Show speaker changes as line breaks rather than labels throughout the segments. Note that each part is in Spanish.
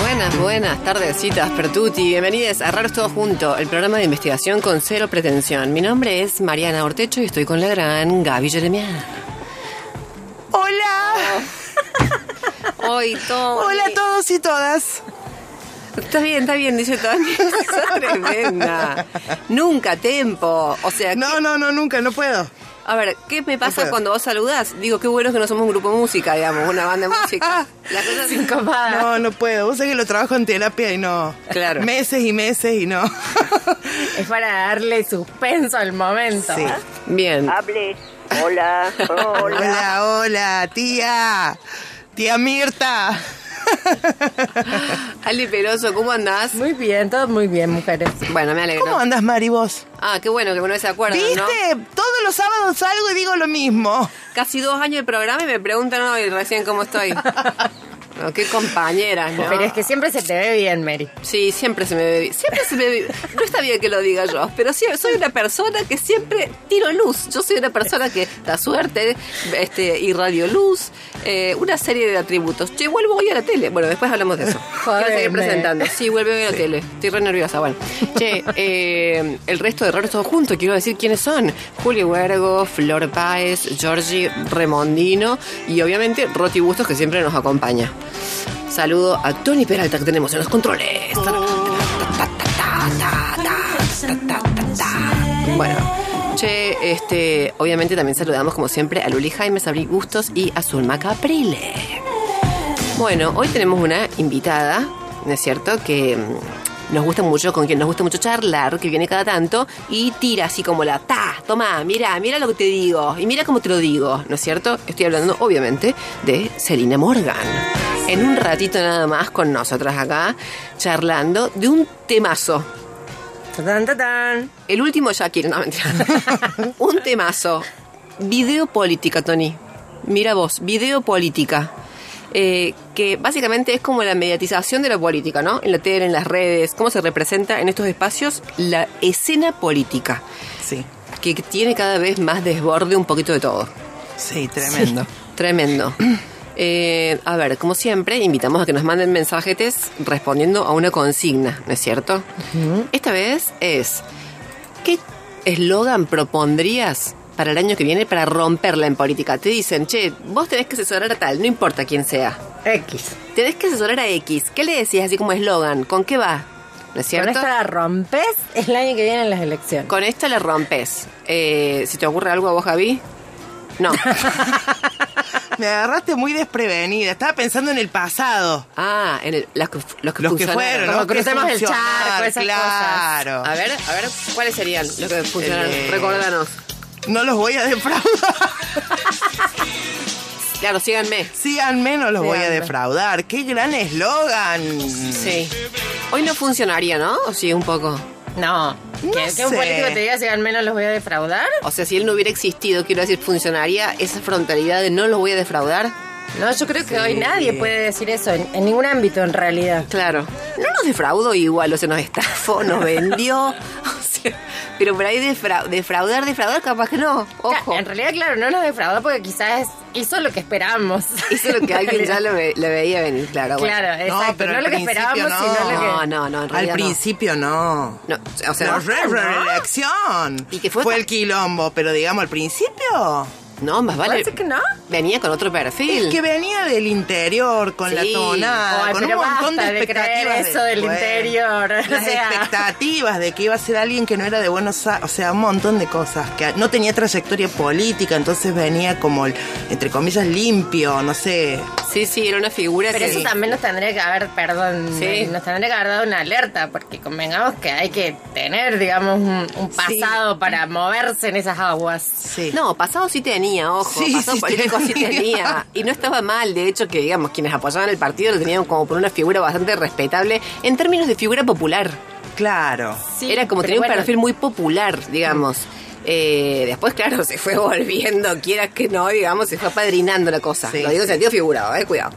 Buenas, buenas tardecitas, Pertuti. Bienvenidos a Raros Todo Junto, el programa de investigación con cero pretensión. Mi nombre es Mariana Ortecho y estoy con la gran Gaby Jeremian.
Hola,
Hoy, Tony.
hola a todos y todas.
Está bien, está bien, dice Tony. Sos tremenda. Nunca tempo. O sea, ¿qué-
Eh, No, no, no, nunca, no puedo.
a ver, ¿qué me pasa
puedo.
cuando vos saludás? Digo, qué bueno que no somos un grupo de música, digamos, una banda de música. La cosa es incomada.
No, no puedo. Vos sabés que lo trabajo en terapia y no.
Claro.
Meses y meses y no.
Es para darle suspenso al momento.
Sí.
Bien.
Ah,
Hable. Hola, hola.
Hola, hola, tía. Tía Mirta.
Ale Peroso, ¿cómo andás?
Muy bien, todo muy bien, mujeres.
Bueno, me alegro.
¿Cómo andas, Mari, vos?
Ah, qué bueno que uno se acuerda, ¿no?
¿Viste? Todos los sábados salgo y digo lo mismo.
Casi dos años de programa y me preguntan hoy recién cómo estoy. No, qué compañeras, ¿no?
Pero es que siempre se te ve bien, Mary.
Sí, siempre se me ve bien. Siempre se me ve bien. No está bien que lo diga yo, pero sí, soy una persona que siempre tiro luz. Yo soy una persona que da suerte, este, irradio luz, eh, una serie de atributos. Che, vuelvo hoy a la tele. Bueno, después hablamos de eso. Quiero seguir
Jodeme.
presentando. Sí, vuelvo hoy a la tele. Estoy re nerviosa, bueno. Che, eh, el resto de errores todos juntos, quiero decir quiénes son. Julio Huergo, Flor Páez, Georgie Remondino y obviamente Roti Bustos que siempre nos acompaña. Saludo a Tony Peralta que tenemos en los controles. Ta, ta, ta, ta, ta, ta, ta, ta, ta. Bueno, che, este, obviamente también saludamos como siempre a Luli Jaime, Sabri Bustos y a Zulma Caprile. Bueno, hoy tenemos una invitada, ¿no es cierto? Que mm, nos gusta mucho, con quien nos gusta mucho charlar, que viene cada tanto y tira así como la ta, toma, mira, mira lo que te digo y mira cómo te lo digo, ¿no es cierto? Estoy hablando, obviamente, de Selina Morgan. En un ratito nada más con nosotras acá, charlando de un temazo.
Tatán, tatán.
El último Shakira, no mentira. un temazo. Video política, Tony. Mira vos, video política. Eh, que básicamente es como la mediatización de la política, ¿no? En la tele, en las redes, cómo se representa en estos espacios la escena política,
Sí,
que tiene cada vez más desborde un poquito de todo.
sí, tremendo.
Tremendo. Eh, a ver, como siempre, invitamos a que nos manden mensajetes respondiendo a una consigna, ¿no es cierto? Esta vez es, ¿qué eslogan propondrías para el año que viene para romperla en política? Te dicen, che, vos tenés que asesorar a tal, no importa quién sea.
X.
Tenés que asesorar a X. ¿Qué le decís así como eslogan? ¿Con qué va? ¿No
Con
es cierto?
esta la rompes el año que viene en las elecciones.
Con esta la rompes. Eh, ¿Se te ocurre algo a vos, Javi? No.
Me agarraste muy desprevenida. Estaba pensando en el pasado.
Ah, en el- las que- los que
Los que
funcionaron.
fueron,
Como
los que
crucemos el charco,
funcionaron,
esas
Claro.
A ver, a ver, ¿cuáles serían los que funcionaron?
Eh,
Recordanos.
No los voy a defraudar.
Claro, síganme.
Síganme, no los voy a
Síganme.
defraudar. ¡Qué gran eslogan!
Sí. Hoy no funcionaría, ¿no? O sí, un poco.
No.
No
que, que un
sé.
político te diga si al menos los voy a defraudar.
O sea, si él no hubiera existido, quiero decir, funcionaría esa frontalidad de no los voy a defraudar.
No, yo creo que hoy nadie puede decir eso, en, en ningún ámbito en realidad.
Claro. No nos defraudó igual, o sea, nos estafó, nos vendió. O sea, pero por ahí defra- defraudar, defraudar, capaz que no. Ojo.
En realidad, claro, no nos defraudó porque quizás hizo lo que esperábamos.
Eso es lo que alguien ya lo, ve- lo veía venir, claro. bueno.
Claro, exacto. No,
pero
lo
al
que
principio
esperábamos,
no.
sino lo que.
No, no, no, en
Al
realidad no.
principio no.
No, o sea,
La re- reelección.
¿Y qué fue?
el quilombo, pero digamos, al principio.
No, más vale.
Parece que no.
Venía con otro perfil.
Es que venía del interior, con la
Sí. Oh,
Ay,
tonada, Ah, con un
pero
montón de
basta de creer
expectativas.
eso del
Bueno,
interior, o
Las
sea.
expectativas de que iba a ser alguien que no era de Buenos Aires, o sea, un montón de cosas. Que no tenía trayectoria política, entonces venía como, entre comillas, limpio, no sé.
Sí, sí, era una figura
Pero
que.
eso también nos tendría que haber, perdón, eh,
Sí.
nos tendría que haber dado una alerta, porque convengamos que hay que tener, digamos, un, un pasado para moverse en esas aguas.
Sí.
No, pasado sí tenía, ojo.
Sí,
pasado
sí
político sí
tenía.
tenía. Y no estaba mal, de hecho, que digamos, quienes apoyaban el partido lo tenían como por una figura bastante respetable en términos de figura popular.
Claro.
Sí,
Era como
pero
tenía un
bueno,
perfil muy popular, digamos. Eh, después, claro, se fue volviendo, quieras que no, digamos, se fue apadrinando la cosa.
Sí,
Lo digo en
sí.
sentido figurado, eh, cuidado.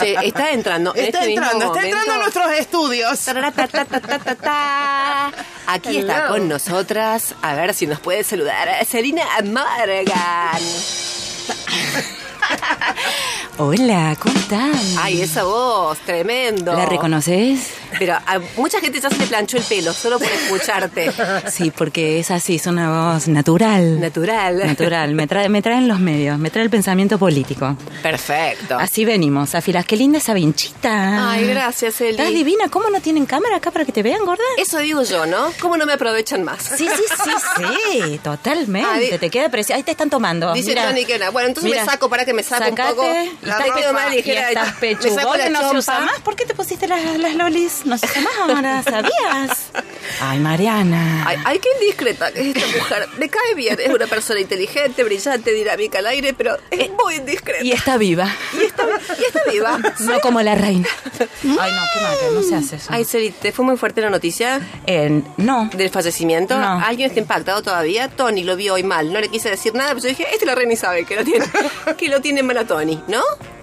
che, está entrando. en
Está
este mismo
entrando, está entrando a
momento-
nuestros estudios.
Tarara, ta, ta, ta, ta, ta, ta. Aquí está
Hello.
con nosotras, a ver si nos puede saludar, Serina Morgan.
Hola, ¿cómo están?
Ay, esa voz, tremendo.
¿La reconoces?
Pero a mucha gente ya se le planchó el pelo solo por escucharte.
Sí, porque es así, es una voz natural.
Natural.
Natural, me, trae, me traen los medios, me trae el pensamiento político.
Perfecto.
Así venimos, Zafiras, qué linda esa vinchita.
Ay, gracias, Eli.
Estás divina, ¿cómo no tienen cámara acá para que te vean, gorda?
Eso digo yo, ¿no? ¿Cómo no me aprovechan más?
Sí, sí, sí, sí, totalmente.
Ay, di-
te queda preciosa. Ahí te están tomando.
Dice
mira.
Tony que no. Bueno, entonces me saco, para que me saco un
sacate,
poco.
y
La
estás-
ropa.
quedo más
Y
ligera.
estás
estás
pechugón,
que no se usa
chompa.
más. ¿Por qué te pusiste las, las lolis? No se usa más ahora, ¿sabías? Ay, Mariana.
Ay, ay, qué indiscreta que es esta mujer. Me cae bien. Es una persona inteligente, brillante, dinámica al aire, pero es muy indiscreta.
Eh, Y está viva.
Y está, y está viva.
No como la reina. Ay, no, qué malo, no se hace eso.
Ay, Celi, ¿te fue muy fuerte la noticia
Eh, no.
del fallecimiento?
No.
¿Alguien está impactado todavía? Tony lo vio hoy mal. No le quise decir nada, pero yo dije, este la reina sabe que lo tiene, que lo tiene mal a Tony, ¿no?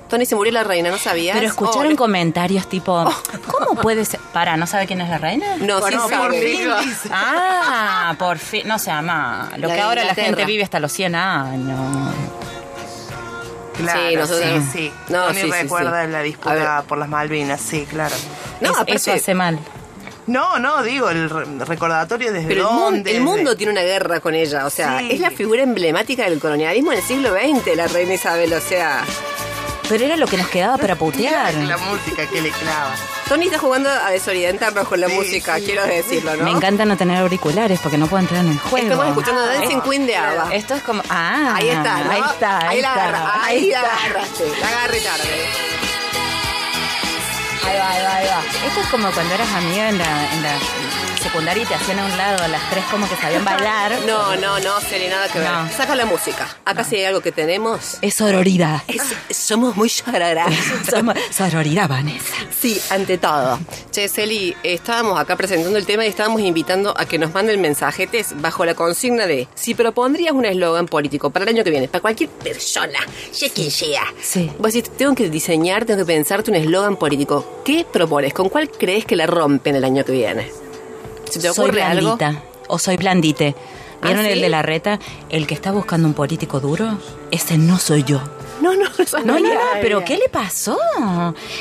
Tony se murió la reina, ¿no sabías?
Pero escucharon
Oh,
comentarios tipo, ¿cómo puede ser? Para, ¿no sabe quién es la reina?
No, sí
No, por
sabe.
fin, dice.
Ah, por fin, no se ama.
La
Lo que
de
ahora la
Inglaterra.
gente vive hasta los 100 años.
Claro,
Sí, nosotros-
sí, sí.
No,
Tony
sí, sí,
recuerda
sí.
la
A
disputa por las Malvinas, sí, claro.
No,
Es-
aparte-
eso hace mal.
No, no, digo, el re- recordatorio desde
Pero el, mun-
dónde.
el
desde-
mundo tiene una guerra con ella, o sea,
Sí.
es la figura emblemática del colonialismo en el siglo XX, la reina Isabel, o sea,
Pero era lo que nos quedaba para putear.
La música que le clava.
Tony está jugando a desorientarnos con la
Sí,
música,
sí.
quiero decirlo, ¿no?
Me encanta no tener auriculares porque no puedo entrar en el juego. Ah,
Estamos escuchando Dancing Queen de ABBA.
Esto es como. Ah,
Ahí está, ¿no?
Ahí está, ahí,
la
está.
agarra- ahí la agarraste, la agarré tarde.
Ahí va, ahí va, ahí va. Esto es como cuando eras amiga en la, en la secundaria y te hacían a un lado a las tres como que sabían bailar.
No, no, no, Seri, nada que ver.
No.
Saca la música. Acá sí hay algo que tenemos.
Es sororidad.
Es- somos muy llorarás.
Somos- sororidad, Vanessa.
Sí, ante todo. Che, Celi, estábamos acá presentando el tema y estábamos invitando a que nos manden mensajetes bajo la consigna de si propondrías un eslogan político para el año que viene, para cualquier persona, sea quien sea.
Sí.
Vos decís, tengo que diseñar, tengo que pensarte un eslogan político. ¿Qué propones? ¿Con cuál crees que la rompen el año que viene? ¿Se te
soy
ocurre algo?
blandita. O soy blandite. ¿Vieron
¿Ah, sí?
el de la reta? El que está buscando un político duro, ese no soy yo.
No, no, no,
No, no, no,
sabía.
pero ¿qué le pasó?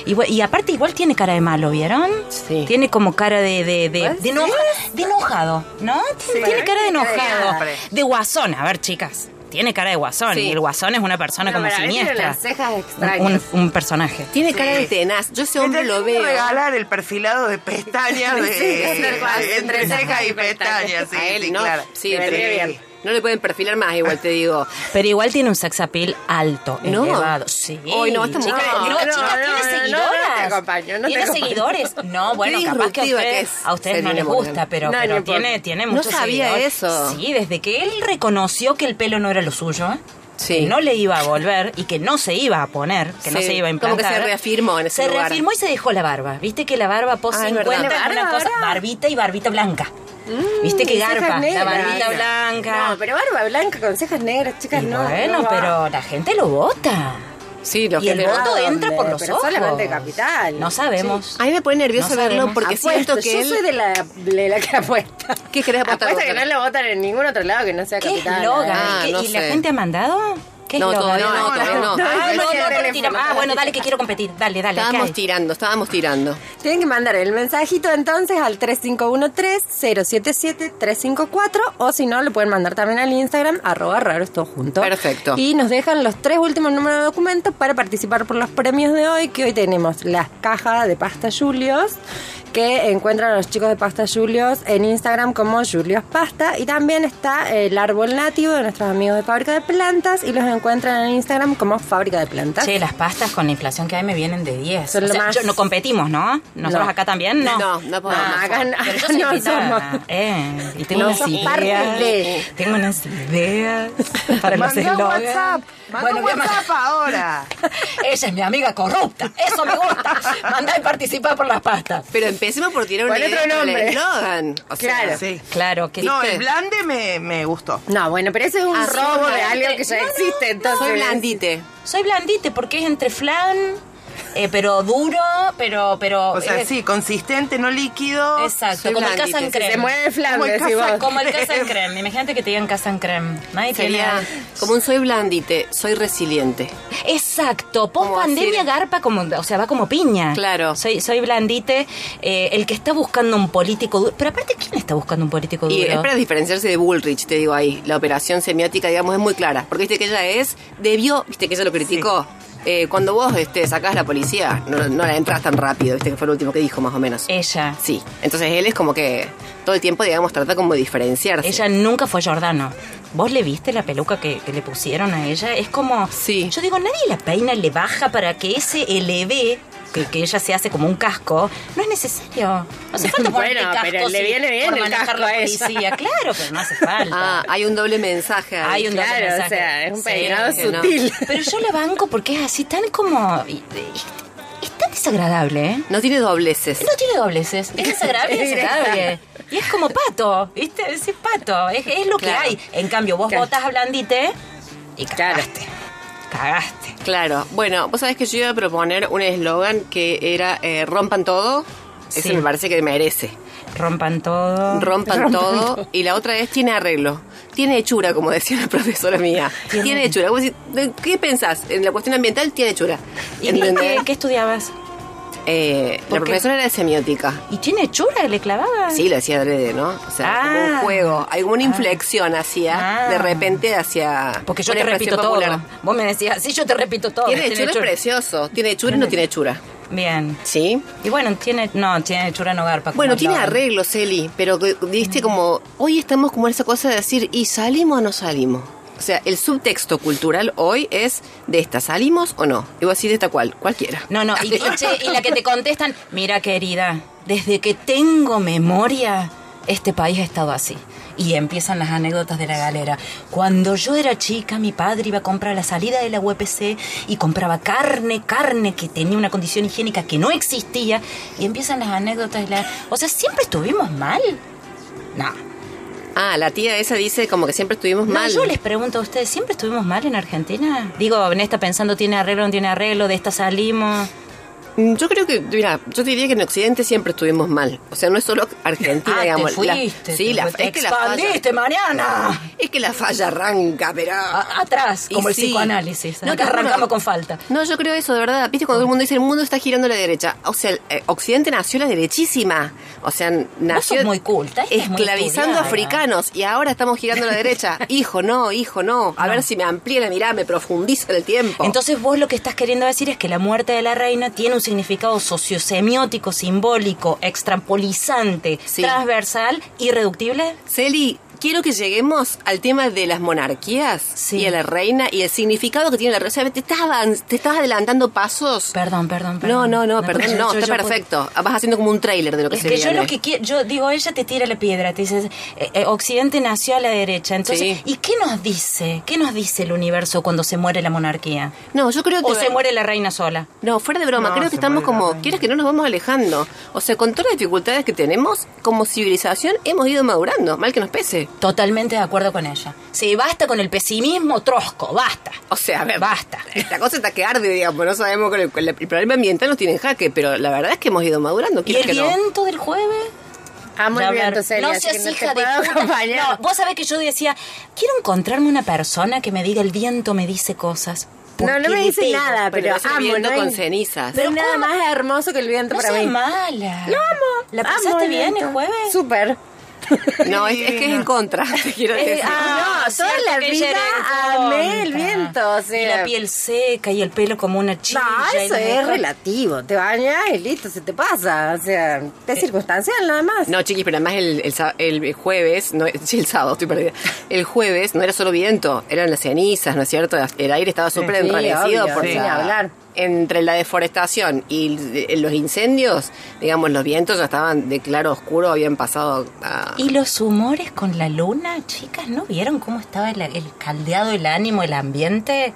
Igual- y aparte igual tiene cara de malo, ¿vieron?
Sí. ¿Ah,
Tiene como cara de de, de,
¿Puede
de enoja- de enojado, ¿no? Tiene, tiene cara de enojado. De guasón, a ver, chicas. Tiene cara de guasón.
Sí.
Y el guasón es una persona
No,
como
pero a mí tiene
siniestra.
las cejas
Un-
extrañas.
un- un personaje.
Tiene cara de tenaz. Yo ese hombre
Te
lo
tengo que
veo.
regalar el perfilado de pestañas de,
tal cual,
de- entre cejas y pestañas, sí,
a él,
sí,
¿no?
claro.
Sí,
Sí.
pero- No le pueden perfilar más, igual te digo.
Pero igual tiene un sex appeal alto,
No.
elevado. Sí.
Ay, no, esta
Chica,
mujer-
no,
no,
chicas,
no, no,
tiene
no,
seguidores.
no te acompaño, no te
tiene
acompaño.
seguidores. No, bueno, capaz que a
disruptiva
ustedes,
que es
a ustedes no
Selena
les
Morgan.
gusta, pero,
No,
pero
no importa.
tiene, tiene
No
muchos
sabía
seguidores.
eso.
Sí, desde que él reconoció que el pelo no era lo suyo,
Sí.
que no le iba a volver y que no se iba a poner, que no
Sí,
se iba a
como
implantar.
que se reafirmó en ese
Se
lugar.
reafirmó y se dejó la barba. Viste que la barba post
Ah, es
50
verdad. Mm,
es una
Barba,
cosa,
barba.
barbita y barbita blanca. Viste que
Y cejas
garpa, la
negras.
barbita blanca.
No, pero barba blanca con cejas negras, chicas,
Y
no.
bueno,
no va.
pero la gente lo vota.
Sí, lo
y el
le va.
voto
¿Dónde?
entra por los
Pero
ojos.
solamente capital.
No sabemos.
A mí me pone nervioso
No
verlo
sabemos.
porque siento
Apuesto,
que
yo
él...
soy de la, de la que apuesta.
¿Qué querés apostar
Apuesta
vos,
que no le
Lola?
votan en ningún otro lado que no sea
¿Qué
¿eh?
capital.
eslogan?
Ah,
¿Y qué-
no
¿Y la
sé.
gente ha mandado? ¿Qué es
No,
lo
todavía
ganador?
no, todavía no.
Ay, no,
Ah, no, no,
no,
no, tirame. Ah, bueno, dale que quiero competir. Dale, dale. ¿qué
Estábamos
hay?
tirando, estábamos tirando.
Tienen que mandar el mensajito entonces al 3513-077-354 o si no, lo pueden mandar también al Instagram, arroba raros todos juntos.
Perfecto.
Y nos dejan los tres últimos números de documentos para participar por los premios de hoy, que hoy tenemos las cajas de pasta Julios, que encuentran a los chicos de pasta Julios en Instagram como Julios Pasta y también está el árbol nativo de nuestros amigos de Fábrica de Plantas y los encuentran en Instagram como Fábrica de Plantas.
Che, las pastas con la inflación que hay me vienen de 10.
Son
O
lo
sea,
más-
yo- no competimos, ¿no? Nosotros
No.
acá también, ¿no?
No, no podemos.
Ah, acá, no-
Pero yo
acá
soy
no
invitada.
somos.
Eh, y tengo
No
unas
sos parte
ideas.
de-
Tengo unas ideas para los
Mandá un
eslogans.
WhatsApp. Mandá
Bueno,
un
voy a
WhatsApp ahora.
Ella es mi amiga corrupta. Eso me gusta. Mandá y participar por las pastas.
Pero empecemos por tirar un
Con otro nombre.
eslogan. O sea,
Claro.
Sí.
Claro, que
No,
¿Viste?
el blande me, me gustó.
No, bueno, pero ese es un
Ah, soy
robo de
blandita.
algo que ya
No, no,
existe. entonces,
Soy blandite.
soy blandite porque es entre flan, eh, pero duro, pero... pero
O sea,
eh,
sí, consistente, no líquido.
Exacto,
soy
como el
blandite.
casan
Si
creme.
Se mueve flan,
Como el
decís vos.
Como el casan creme. Imagínate que te digan casan creme. Nadie
Sería
tiene...
como un soy blandite, soy resiliente.
Exacto, post pandemia
decir-
garpa como, o sea, va como piña.
Claro.
Soy, soy blandite, eh, el que está buscando un político duro. Pero aparte, ¿quién está buscando un político duro?
Y es para diferenciarse de Bullrich, te digo ahí. La operación semiótica, digamos, es muy clara. Porque viste que ella es, debió, viste que ella lo criticó. Eh, cuando vos este, sacás la policía, no, no la entras tan rápido, viste que fue lo último que dijo, más o menos.
Ella.
Sí. Entonces él es como que todo el tiempo, digamos, trata como de diferenciarse.
Ella nunca fue Jordano. ¿Vos le viste la peluca que, que le pusieron a ella? Es como.
Sí.
Yo digo, nadie la peina, le baja para que ese LB, que, que ella se hace como un casco, no es necesario. No hace falta ponerte
Bueno,
casco
pero le
si-
viene bien
por
el
manejar
casco
la
a ella.
policía. Claro, pero no hace falta.
Ah, hay un doble mensaje. ahí.
Hay un doble
Claro, o
mensaje.
sea, es un
Sí,
peinado
que no.
sutil.
Pero yo la banco porque es así tan como. y- y- Es tan desagradable, ¿eh?
No tiene dobleces.
No tiene dobleces. Es desagradable y
Es directa.
desagradable. Y es como pato, ¿viste? Es es pato. Es, es lo
Claro.
que hay. En cambio, vos
Claro.
votas a Blandite y cagaste. Cagaste.
Claro. Bueno, vos sabés que yo iba a proponer un eslogan que era eh, rompan todo. Ese
Sí.
me parece que merece.
Rompan todo.
Rompan, todo. Y la otra es tiene arreglo. Tiene hechura, como decía una profesora mía. Tiene, hechura. Vos decís, ¿de ¿Qué pensás? En la cuestión ambiental tiene hechura.
¿Y
¿Entendés?
qué, qué estudiabas?
Eh, la
¿Por qué?
profesora era de semiótica.
¿Y tiene hechura? ¿Le clavabas?
Sí, lo hacía adrede, ¿no? O sea,
Ah.
como un juego. Alguna inflexión hacía
Ah.
de repente hacia.
Porque yo
una
te repito
expresión popular.
todo. Vos me decías, sí, yo te repito todo.
Tiene hechura es precioso. Tiene hechura y
Mm.
no tiene hechura.
Bien.
¿Sí?
Y bueno, tiene. No, tiene hechura no garpa. como
Bueno, tiene
eslogan.
arreglo, Celi, pero que- viste
Mm.
como hoy estamos como en esa cosa de decir, ¿y salimos o no salimos? O sea, el subtexto cultural hoy es de esta, ¿salimos o no? Digo así de esta cual, cualquiera.
No, no, y, y, che, y la que te contestan, mira querida, desde que tengo memoria, este país ha estado así. Y empiezan las anécdotas de la galera. Cuando yo era chica, mi padre iba a comprar a la salida de la UPC y compraba carne, carne que tenía una condición higiénica que no existía. Y empiezan las anécdotas de la... O sea, ¿siempre estuvimos mal? No.
Ah, la tía esa dice como que siempre estuvimos
No,
mal.
yo les pregunto a ustedes, ¿siempre estuvimos mal en Argentina? Digo, en esta pensando, ¿tiene arreglo o no tiene arreglo? ¿De esta salimos?
Mm, Yo creo que, mira, yo te diría que en Occidente siempre estuvimos mal. O sea, no es solo Argentina,
Ah, te
digamos. la-
fuiste,
sí,
te
la-
fuiste.
es que la falla,
expandiste, Ah, Mariana.
es que la falla arranca, pero...
A- atrás,
Y
como el
sí.
psicoanálisis.
No,
No,
te
que
juro.
arrancamos con falta.
No, yo creo eso, de verdad. Viste, cuando todo el mundo dice el mundo está girando a la derecha. O sea, el, eh, Occidente nació la derechísima. O sea, nació.
sos muy culta, esta es muy
Esclavizando
estudiada.
africanos. Y ahora estamos girando a la derecha. hijo, no, hijo, no. A ver si me amplía la mirada, me profundiza en el tiempo.
Entonces vos lo que estás queriendo decir es que la muerte de la reina tiene un significado sociosemiótico, simbólico, extrapolizante,
Sí.
transversal, irreductible.
Celi. Quiero que lleguemos al tema de las monarquías
Sí.
y a la reina y el significado que tiene la reina. O sea, te estás, avan- te estás adelantando pasos.
Perdón, perdón,
no,
perdón.
no, no, perdón,
yo-
no,
yo-
está
yo-
perfecto. Vas haciendo como un tráiler de lo que
Es
se
que yo
viene.
lo que quiero, yo digo, ella te tira la piedra, te dices, eh, eh, Occidente nació a la derecha. Entonces,
Sí.
¿y qué nos dice? ¿Qué nos dice el universo cuando se muere la monarquía?
No, yo creo que.
¿O se muere la reina sola?
No, fuera de broma,
No,
creo que
se
estamos
muere la
como,
reina.
quieres que no nos vamos alejando. O sea, con todas las dificultades que tenemos, como civilización hemos ido madurando, mal que nos pese.
Totalmente de acuerdo con ella. Sí, basta con el pesimismo trosco, basta.
O sea, a ver, eh,
Basta.
La cosa está que arde, digamos, no sabemos, con el, con el problema ambiental nos tiene en jaque, pero la verdad es que hemos ido madurando,
¿Y
quieres
el
que no.
viento del jueves?
Ah, muy
de
bien,
hablar.
tu serie,
No
así
seas
que no te
hija de
puedo
puta.
acompañar.
No, vos sabés que yo decía, quiero encontrarme una persona que me diga el viento me dice cosas.
No, no
porque
me
le
dice
pego".
nada,
Pero
pero
es el
amo.
viento
no hay-
con cenizas.
No hay nada
¿cómo?
más hermoso que el viento
No
para mí.
seas mala.
Lo amo.
¿La
amo
pasaste
el
bien el
viento.
jueves?
Súper.
No, es, es que es en contra, te quiero
Eh,
decir.
ah,
No, toda
cierto
la
que
vida
ella era
amé el
tonta.
viento, o
Y
sea.
la piel seca y el pelo como una chica.
No, eso es relativo. Te bañas y listo, se te pasa. O sea, es circunstancial nada más.
No, chiquis, pero además el, el sa- el jueves, no, sí, el sábado, estoy perdida. El jueves no era solo viento, eran las cenizas, ¿no es cierto? El aire estaba súper
Sí,
enrarecido
obvio,
por
sí.
sin hablar. Entre la deforestación y l- los incendios, digamos, los vientos ya estaban de claro oscuro, habían pasado a...
Y los humores con la luna, chicas, ¿no vieron cómo estaba el, el caldeado, el ánimo, el ambiente?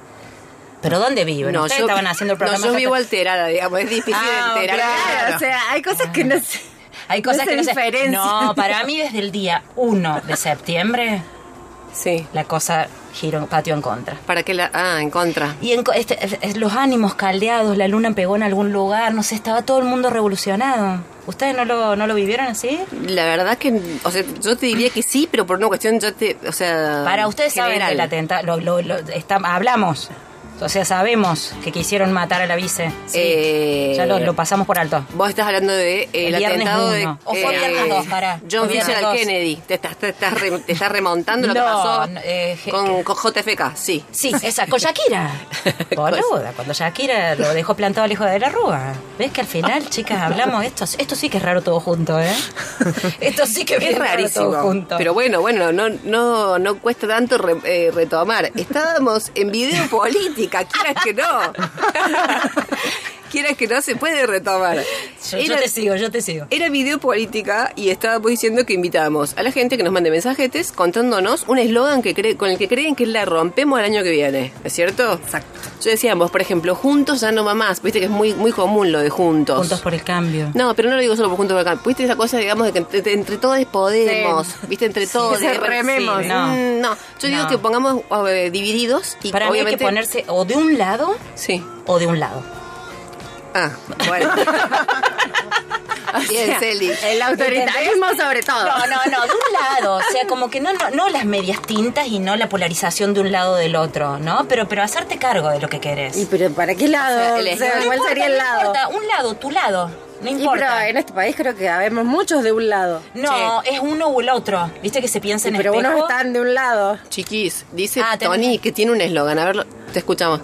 ¿Pero dónde viven? Ustedes estaban haciendo el
no,
programa.
yo vivo alterada, digamos, es difícil
Ah,
enterarme.
claro,
O sea, hay cosas que no sé.
Hay cosas
no
que no
se
se-
diferencian.
No, para mí desde el día 1 de septiembre
Sí.
la cosa giró en patio en contra.
¿Para qué la...? Ah, en contra.
Y en co- este- es- es- los ánimos caldeados, la luna pegó en algún lugar, no sé, estaba todo el mundo revolucionado. ¿Ustedes no lo, no lo vivieron así?
La verdad que, o sea, yo te diría que sí, pero por una cuestión yo te, o sea...
Para ustedes saben
general.
del atentado, lo, lo- lo- está- hablamos, o sea, sabemos que quisieron matar a la vice. Sí.
Eh,
ya lo, lo pasamos por alto.
Vos estás hablando de eh, el,
El viernes
atentado de eh,
uno. O fue viernes dos, pará.
John
Fue viernes
Fisher al
dos.
Kennedy. Te estás, te estás, re- te estás remontando lo que
No,
pasó
no, eh, je-
con, con JFK, sí.
Sí, esa, con Shakira. Boluda, cuando Shakira lo dejó plantado al hijo de la rúa. ¿Ves que al final, chicas, hablamos esto? Esto sí que es raro todo junto, ¿eh? Esto sí que es, bien
Es
raro todo
rarísimo.
junto.
Pero bueno, bueno, no, no, no cuesta tanto re- eh, retomar. Estábamos en video política, quieras que no. quieras que no, se puede retomar.
yo, yo
Era-
te sigo, yo te sigo.
Era video política y estábamos diciendo que invitábamos a la gente que nos mande mensajetes contándonos un eslogan que cree, con el que creen que la rompemos el año que viene, ¿es cierto? Exacto. Yo decíamos, por ejemplo, juntos ya no mamás, viste que es muy, muy común lo de juntos.
Juntos por el cambio.
No, pero no lo digo solo por juntos por acá. Viste esa cosa, digamos, de que entre, entre- entre todos podemos, viste, entre todos.
se
digamos,
rememos.
sí, no. Mm, no, yo digo
No.
que pongamos eh, divididos y
Para mí hay
obviamente...
que ponerse o de un lado
Sí.
o de un lado.
Ah, bueno. Bien, Celi.
El autoritarismo sobre todo.
No, no, no, de un lado. O sea, como que no, no, no las medias tintas y no la polarización de un lado o del otro, ¿no? Pero, pero hacerte cargo de lo que querés.
¿Y pero para qué lado?
O sea, el
O sea,
eslogan-
No
¿Cuál
importa,
sería el
no
lado?
importa, un lado, tu lado. No
Y pero
importa.
en este país creo que habemos muchos de un lado.
No, es uno u el otro. Viste que se piensa en
Pero
espejo.
unos están de un lado.
Chiquis, dice
Ah, tenés-
Tony que tiene un eslogan. A verlo, te escuchamos.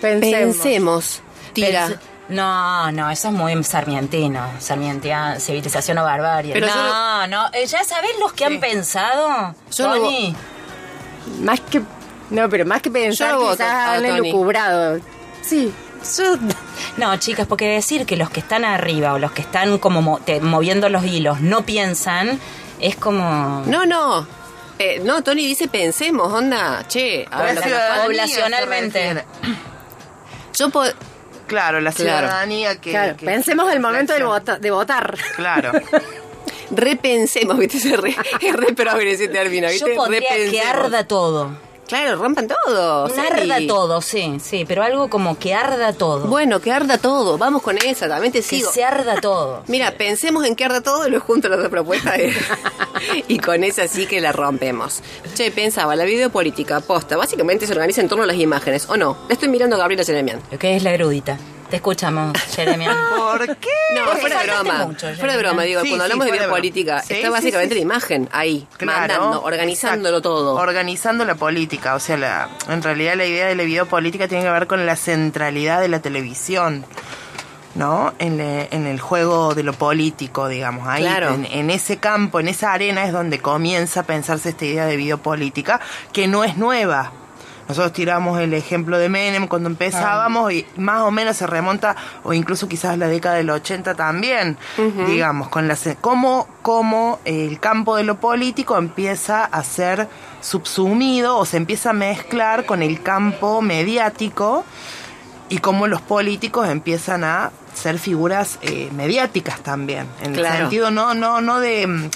Pensemos.
Pensemos. Tira.
Pens- No, no, eso es muy sarmientino. Sarmientia, civilización o barbarie.
Pero yo
no, no, eh, ya sabés los que han pensado.
Yo lo-
Tony.
Más que. No, pero más que pensar,
Yo voto
quizás
a
han
Tony.
elucubrado. Sí. Yo.
No, chicas, porque decir que los que están arriba o los que están como mo- te- moviendo los hilos no piensan es como
No, no. Eh, no, Tony dice pensemos, onda. Che, a ver lo que nos falta.
poblacionalmente.
Yo puedo.
Claro, la
Claro.
ciudadanía que,
Claro,
que-
pensemos el momento del
la acción.
vota- de votar.
Claro.
Repensemos, ¿viste? Es re, es re progre ese término, ¿viste?
Yo pondría que
Repensemos.
arda todo.
Claro, rompan todo.
Un
Celi.
arda todo, sí, sí, pero algo como que arda todo.
Bueno, que arda todo. Vamos con esa, también te
que
sigo.
se arda todo.
Mira, pensemos en que arda todo y lo junto a las dos propuestas. eh. y con esa sí que la rompemos. Che, pensaba, la videopolítica posta básicamente se organiza en torno a las imágenes, ¿o no? La estoy mirando a Gabriela Jeremian.
Lo que es la erudita. Te escuchamos, Jeremia.
¿Por qué?
No,
Porque
fuera de
faltaste
broma.
mucho,
fuera de
Jeremian.
broma, digo,
Sí,
cuando
sí,
hablamos de
fuera de broma.
videopolítica,
Sí,
está
sí,
básicamente
sí,
la imagen ahí,
Claro.
mandando, organizándolo
Exacto.
todo.
Organizando la política. O sea, la, en realidad la idea de la videopolítica tiene que ver con la centralidad de la televisión. ¿No? En, le- en el juego de lo político, digamos. Ahí,
Claro.
en, en ese campo, en esa arena es donde comienza a pensarse esta idea de videopolítica, que no es nueva. Nosotros tiramos el ejemplo de Menem cuando empezábamos y más o menos se remonta, o incluso quizás a la década del 80 también, digamos, con la, se- cómo, cómo el campo de lo político empieza a ser subsumido o se empieza a mezclar con el campo mediático y cómo los políticos empiezan a ser figuras eh, mediáticas también en
Claro.
el sentido no no no de mm,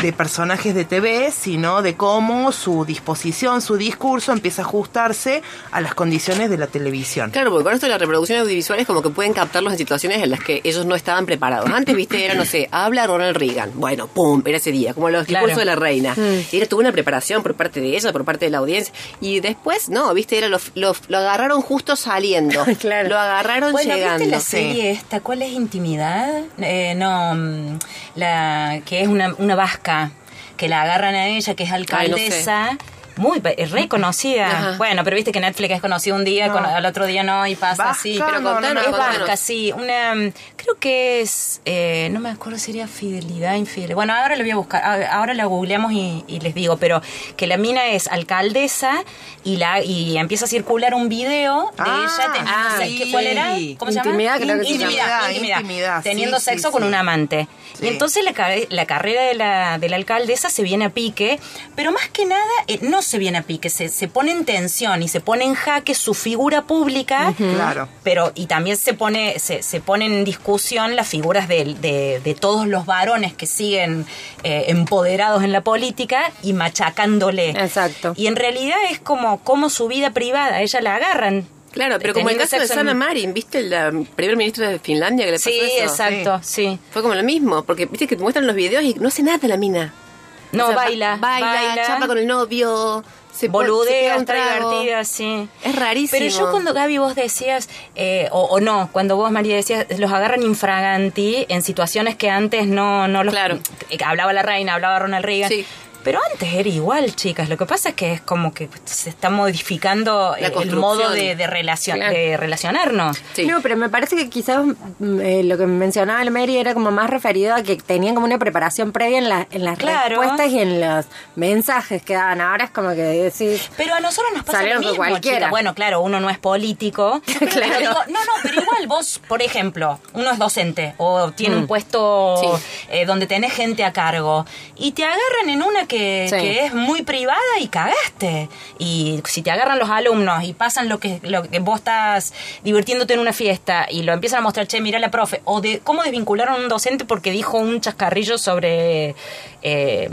de personajes de TV, sino de cómo su disposición, su discurso empieza a ajustarse a las condiciones de la televisión.
Claro, porque con esto de la reproducción audiovisual es como que pueden captarlos en situaciones en las que ellos no estaban preparados. Antes, viste, era, no sé, habla Ronald Reagan. Bueno, pum, era ese día, como los
Claro.
discursos de la reina. Era, tuvo una preparación por parte de ella, por parte de la audiencia. Y después, no, viste, era, lo, lo- lo agarraron justo saliendo.
Claro.
Lo agarraron
bueno,
llegando.
¿viste la
Sí.
serie esta? ¿Cuál es Intimidad? Eh, no, mm, la que es una, una vasca, que la agarran a ella, que es alcaldesa. Muy pa- es reconocida.
Ajá.
Bueno, pero viste que Netflix es conocida un día, con- al otro día no, y pasa
Vasca,
así.
Pero no,
contanos,
es
no, contanos.
vasca, sí. Una, mm, creo que es, eh, no me acuerdo, sería fidelidad, infidelidad. Bueno, ahora lo voy a buscar, a- ahora la googleamos y, y les digo, pero que la mina es alcaldesa y la y empieza a circular un video de
Ah,
ella teniendo
ah,
sexo.
sí.
¿Cuál era? ¿Cómo se llama?
Intimidad, creo que se
intimidad,
llama.
intimidad.
Intimidad,
Teniendo
sí,
sexo
sí,
con
sí.
un amante.
Sí.
Y entonces la, ca- la carrera de la, de la alcaldesa se viene a pique, pero más que nada eh, no se viene a pique, se, se pone en tensión y se pone en jaque su figura pública.
Claro.
Pero, y también se pone, se, se pone en discusión las figuras de, de- de todos los varones que siguen eh, empoderados en la política y machacándole.
Exacto.
Y en realidad es como, como su vida privada, ella la agarran.
Claro, pero como el
Teniendo
caso de
sexo en-
Sanna Marin, ¿viste la primer ministra de Finlandia que le pasó
Sí,
eso?
exacto, sí.
Fue como lo mismo, porque viste que te muestran los videos y no hace nada la mina.
No,
O sea, ba-
baila,
baila, chapa con el novio, se pon- se pega
boludea,
un
está
trago.
divertida, sí.
Es rarísimo.
Pero yo cuando Gaby vos decías, eh, o, o no, cuando vos María decías, los agarran infraganti en situaciones que antes no, no los...
Claro.
eh, Hablaba la reina, hablaba Ronald Reagan.
Sí.
Pero antes era igual, chicas. Lo que pasa es que es como que se está modificando el- el
construcción.
modo de, de relacion-
Claro.
de relacionarnos.
Sí.
No, pero me parece que quizás mm, eh, lo que mencionaba el Mary era como más referido a que tenían como una preparación previa en, la- en las
Claro.
respuestas y en los mensajes que daban. Ahora es como que decís...
Pero a nosotros nos pasa
Salieron
lo
con
mismo,
cualquiera.
chica. Bueno, claro, uno no es político. pero
Claro.
digo, no, no, pero igual vos, por ejemplo, uno es docente o tiene un puesto eh, donde tenés gente a cargo y te agarran en una que,
Sí.
que es muy privada y cagaste. Y si te agarran los alumnos y pasan lo que, lo que vos estás divirtiéndote en una fiesta y lo empiezan a mostrar, che, mira la profe, o de cómo desvincularon a un docente porque dijo un chascarrillo sobre... eh,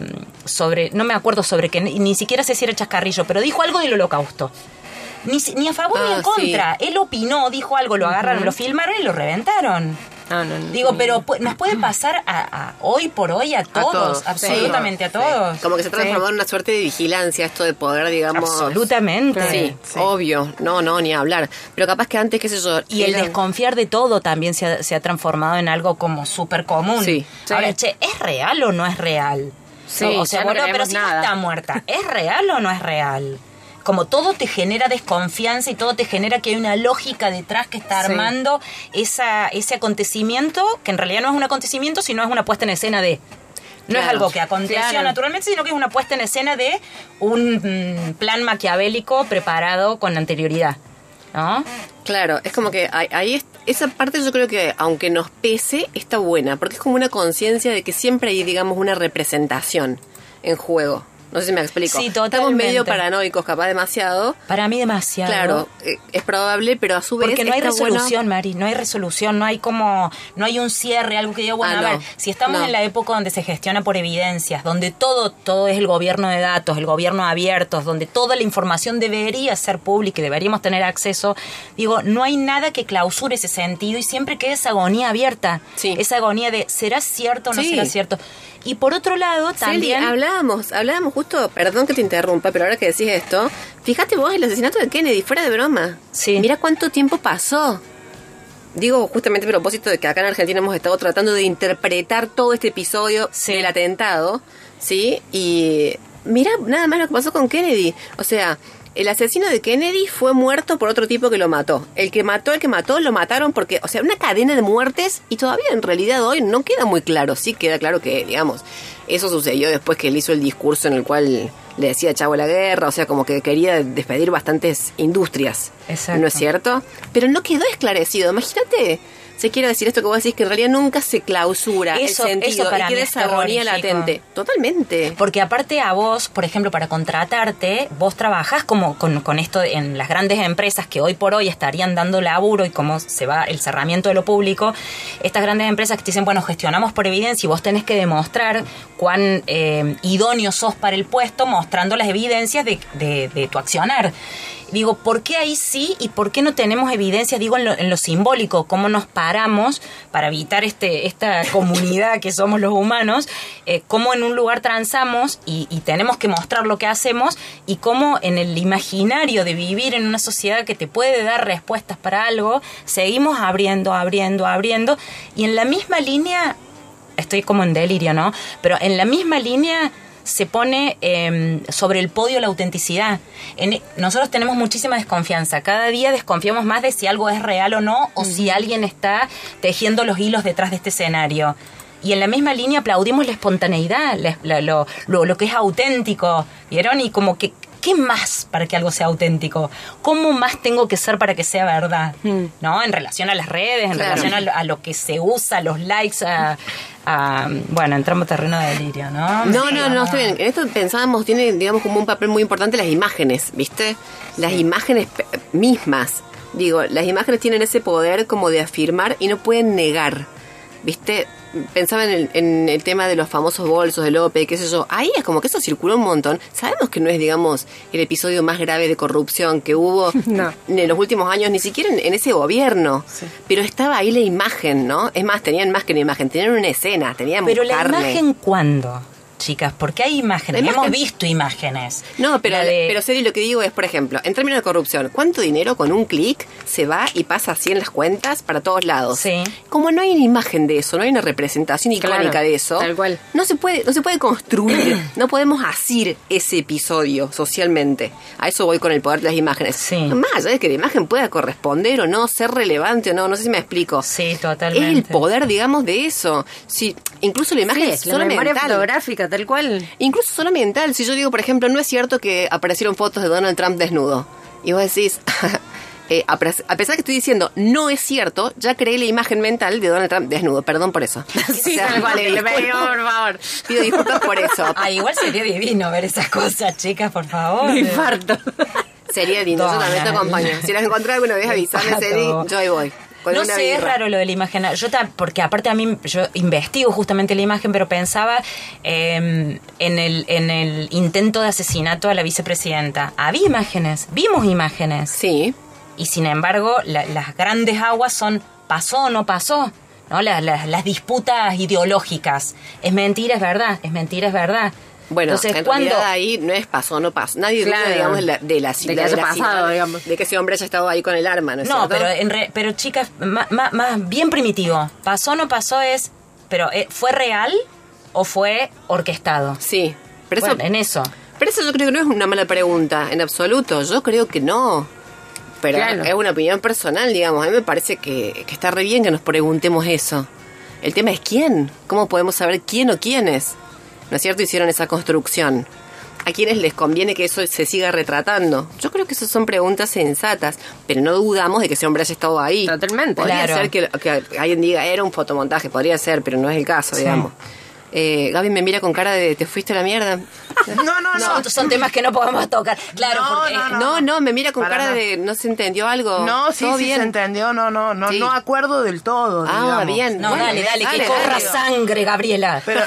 sobre, no me acuerdo sobre qué, ni, ni siquiera sé si era chascarrillo, pero dijo algo del holocausto. Ni, si- ni a favor ni
Ah,
en contra. Él opinó, dijo algo, lo agarraron, lo filmaron y lo reventaron.
No, no, no.
Digo, pero pu- nos puede pasar a, a- hoy por hoy a todos,
todos, sí.
absolutamente a
Sí.
todos.
Como que se transformó en una suerte de vigilancia esto de poder, digamos.
Absolutamente.
Sí, obvio. No, no, ni hablar. Pero capaz que antes, qué sé yo.
Y el
era-
desconfiar de todo también se ha, se ha transformado en algo como súper común.
Sí.
Ahora,
Sí.
che, ¿es real o no es real?
Sí,
o sea,
ya no
boludo, pero
creemos
si no
nada.
está muerta, ¿es real o no es real? Como todo te genera desconfianza y todo te genera que hay una lógica detrás que está armando esa, ese acontecimiento, que en realidad no es un acontecimiento, sino es una puesta en escena de... No es
Claro,
algo que aconteció
claro.
naturalmente, sino que es una puesta en escena de un mm, plan maquiavélico preparado con anterioridad. ¿No?
Claro, es como que ahí- ahí es- esa parte yo creo que aunque nos pese, está buena, porque es como una conciencia de que siempre hay, digamos, una representación en juego. No sé si me explico.
Sí,
Estamos
totalmente.
medio paranoicos, capaz demasiado.
Para mí demasiado.
Claro, eh, es probable, pero a su vez
Porque no hay
está bueno-
resolución, Mari, no hay resolución, no hay como, no hay un cierre, algo que diga, bueno,
Ah,
a ver,
no,
si estamos
no.
en la época donde se gestiona por evidencias, donde todo, todo es el gobierno de datos, el gobierno abiertos, donde toda la información debería ser pública y deberíamos tener acceso, digo, no hay nada que clausure ese sentido y siempre queda esa agonía abierta,
Sí.
esa agonía de, ¿será cierto o no
Sí.
será cierto? Y por otro lado,
Celi,
también...
hablábamos, hablábamos justo, perdón que te interrumpa, pero ahora que decís esto, fíjate vos el asesinato de Kennedy, fuera de broma.
Sí.
Mira cuánto tiempo pasó. Digo justamente a propósito de que acá en Argentina hemos estado tratando de interpretar todo este episodio
Sí.
del atentado, ¿sí? Y mira nada más lo que pasó con Kennedy. O sea, el asesino de Kennedy fue muerto por otro tipo que lo mató. El que mató, el que mató, lo mataron porque, o sea, una cadena de muertes y todavía en realidad hoy no queda muy claro. Sí queda claro que, digamos, eso sucedió después que él hizo el discurso en el cual le decía chavo a la guerra, o sea, como que quería despedir bastantes industrias.
Exacto.
¿No es cierto? Pero no quedó esclarecido. Imagínate se quiere decir esto que vos decís, que en realidad nunca se clausura
Eso-
el sentido
eso para
y
mí
queda
es
esa agonía
terrorífico.
latente. Totalmente.
Porque aparte a vos, por ejemplo, para contratarte, vos trabajás como con, con esto en las grandes empresas que hoy por hoy estarían dando laburo y como se va el cerramiento de lo público, estas grandes empresas que te dicen, bueno, gestionamos por evidencia y vos tenés que demostrar cuán eh, idóneo sos para el puesto mostrando las evidencias de, de- de tu accionar. Digo, ¿por qué ahí sí y por qué no tenemos evidencia? Digo, en lo, en lo simbólico, cómo nos paramos para evitar este, esta comunidad que somos los humanos, eh, cómo en un lugar transamos y, y tenemos que mostrar lo que hacemos y cómo en el imaginario de vivir en una sociedad que te puede dar respuestas para algo, seguimos abriendo, abriendo, abriendo y en la misma línea estoy como en delirio, ¿no? Pero en la misma línea se pone eh, sobre el podio la autenticidad. En- e, nosotros tenemos muchísima desconfianza. Cada día desconfiamos más de si algo es real o no, o si alguien está tejiendo los hilos detrás de este escenario. Y en la misma línea aplaudimos la espontaneidad, la- la- lo, lo- lo que es auténtico, ¿vieron? Y como que, ¿qué más para que algo sea auténtico? ¿Cómo más tengo que ser para que sea verdad? ¿No? En relación a las redes, en
Claro.
relación a lo, a lo que se usa, los likes, a, a- bueno, entramos terreno de delirio, ¿no?
No, no, no, está bien. En esto pensábamos, tiene, digamos, como un papel muy importante las imágenes, ¿viste? Las imágenes pe- mismas. Digo, las imágenes tienen ese poder como de afirmar y no pueden negar, ¿viste? Pensaba en el, en el tema de los famosos bolsos de López, qué sé yo. Ahí es como que eso circuló un montón. Sabemos que no es, digamos, el episodio más grave de corrupción que hubo
No.
ni en los últimos años, ni siquiera en, en ese gobierno. Pero estaba ahí la imagen, ¿no? Es más, tenían más que una imagen, tenían una escena, tenían
Pero la
carne.
imagen, ¿cuándo? Chicas, porque hay imágenes,
La
hemos
imagen-
visto imágenes.
No, pero,
La de-
pero Celi, lo que digo es, por ejemplo, en términos de corrupción, ¿cuánto dinero con un clic se va y pasa así en las cuentas para todos lados?
Sí.
Como no hay una imagen de eso, no hay una representación icónica
Claro,
de eso,
tal cual.
No, se puede, no se puede construir, no podemos asir ese episodio socialmente. A eso voy con el poder de las imágenes.
Sí.
Más allá de que la imagen pueda corresponder o no, ser relevante o no, no sé si me explico.
Sí,
Es
totalmente.
el poder, digamos, de eso. Si, incluso la imagen es
Sí, la
solo
memoria
mental.
fotográfica, tal cual.
Incluso solo mental. Si yo digo, por ejemplo, no es cierto que aparecieron fotos de Donald Trump desnudo. Y vos decís, eh, a pres- a pesar que estoy diciendo no es cierto, ya creé la imagen mental de Donald Trump desnudo. Perdón por eso.
Sí, tal cual,
pido
le pido,
disculpas-
por favor.
pido disculpas por eso.
Ah, igual sería divino ver esas cosas, chicas, por favor.
Sería lindo, yo también te
Donald.
acompaño. Si las encontré alguna vez, avisame,
Pato.
Celi, yo ahí voy. Con
no
una
sé, es
birra.
raro lo de la imagen. Yo ta- porque aparte a mí, yo investigo justamente la imagen, pero pensaba eh, en, el, en el intento de asesinato a la vicepresidenta. Había imágenes, vimos imágenes.
Sí.
Y sin embargo, la- las grandes aguas son pasó o no pasó, ¿no? Las, las- las disputas ideológicas. Es mentira, es verdad, es mentira, es verdad.
Bueno,
Entonces,
en
¿cuándo?
realidad ahí no es pasó, no pasó. Nadie duda,
Claro.
digamos, de la, de la,
que
de
haya
la-
pasado, digamos.
de que ese hombre haya estado ahí con el arma, ¿no es
No,
cierto?
pero, en re- pero chicas, ma- ma- más, bien primitivo. Pasó o no pasó es, pero eh, ¿fue real o fue orquestado?
Sí, pero eso,
Bueno, en eso.
Pero eso yo creo que no es una mala pregunta, en absoluto. Yo creo que no. Pero
Claro.
es una opinión personal, digamos. A mí me parece que, que está re bien que nos preguntemos eso. El tema es quién. ¿Cómo podemos saber quién o quiénes? ¿No es cierto? Hicieron esa construcción. ¿A quiénes les conviene que eso se siga retratando? Yo creo que esas son preguntas sensatas, pero no dudamos de que ese hombre haya estado ahí.
Totalmente.
Podría
Claro.
ser que, que alguien diga, era un fotomontaje, podría ser, pero no es el caso, digamos. Eh, Gaby me mira con cara de, te fuiste a la mierda.
No, no, no.
Son, son temas que no podemos tocar. Claro,
No,
porque
no,
No, no, me mira con
Ah, Para
cara
nada.
de no se entendió algo.
No, sí,
¿Todo
sí,
bien?
se entendió. No, no, no,
Sí.
no acuerdo del todo.
Ah,
digamos.
bien.
eh, No,
Bueno,
dale, dale, que
dale,
corra
dale.
sangre, Gabriela.
Pero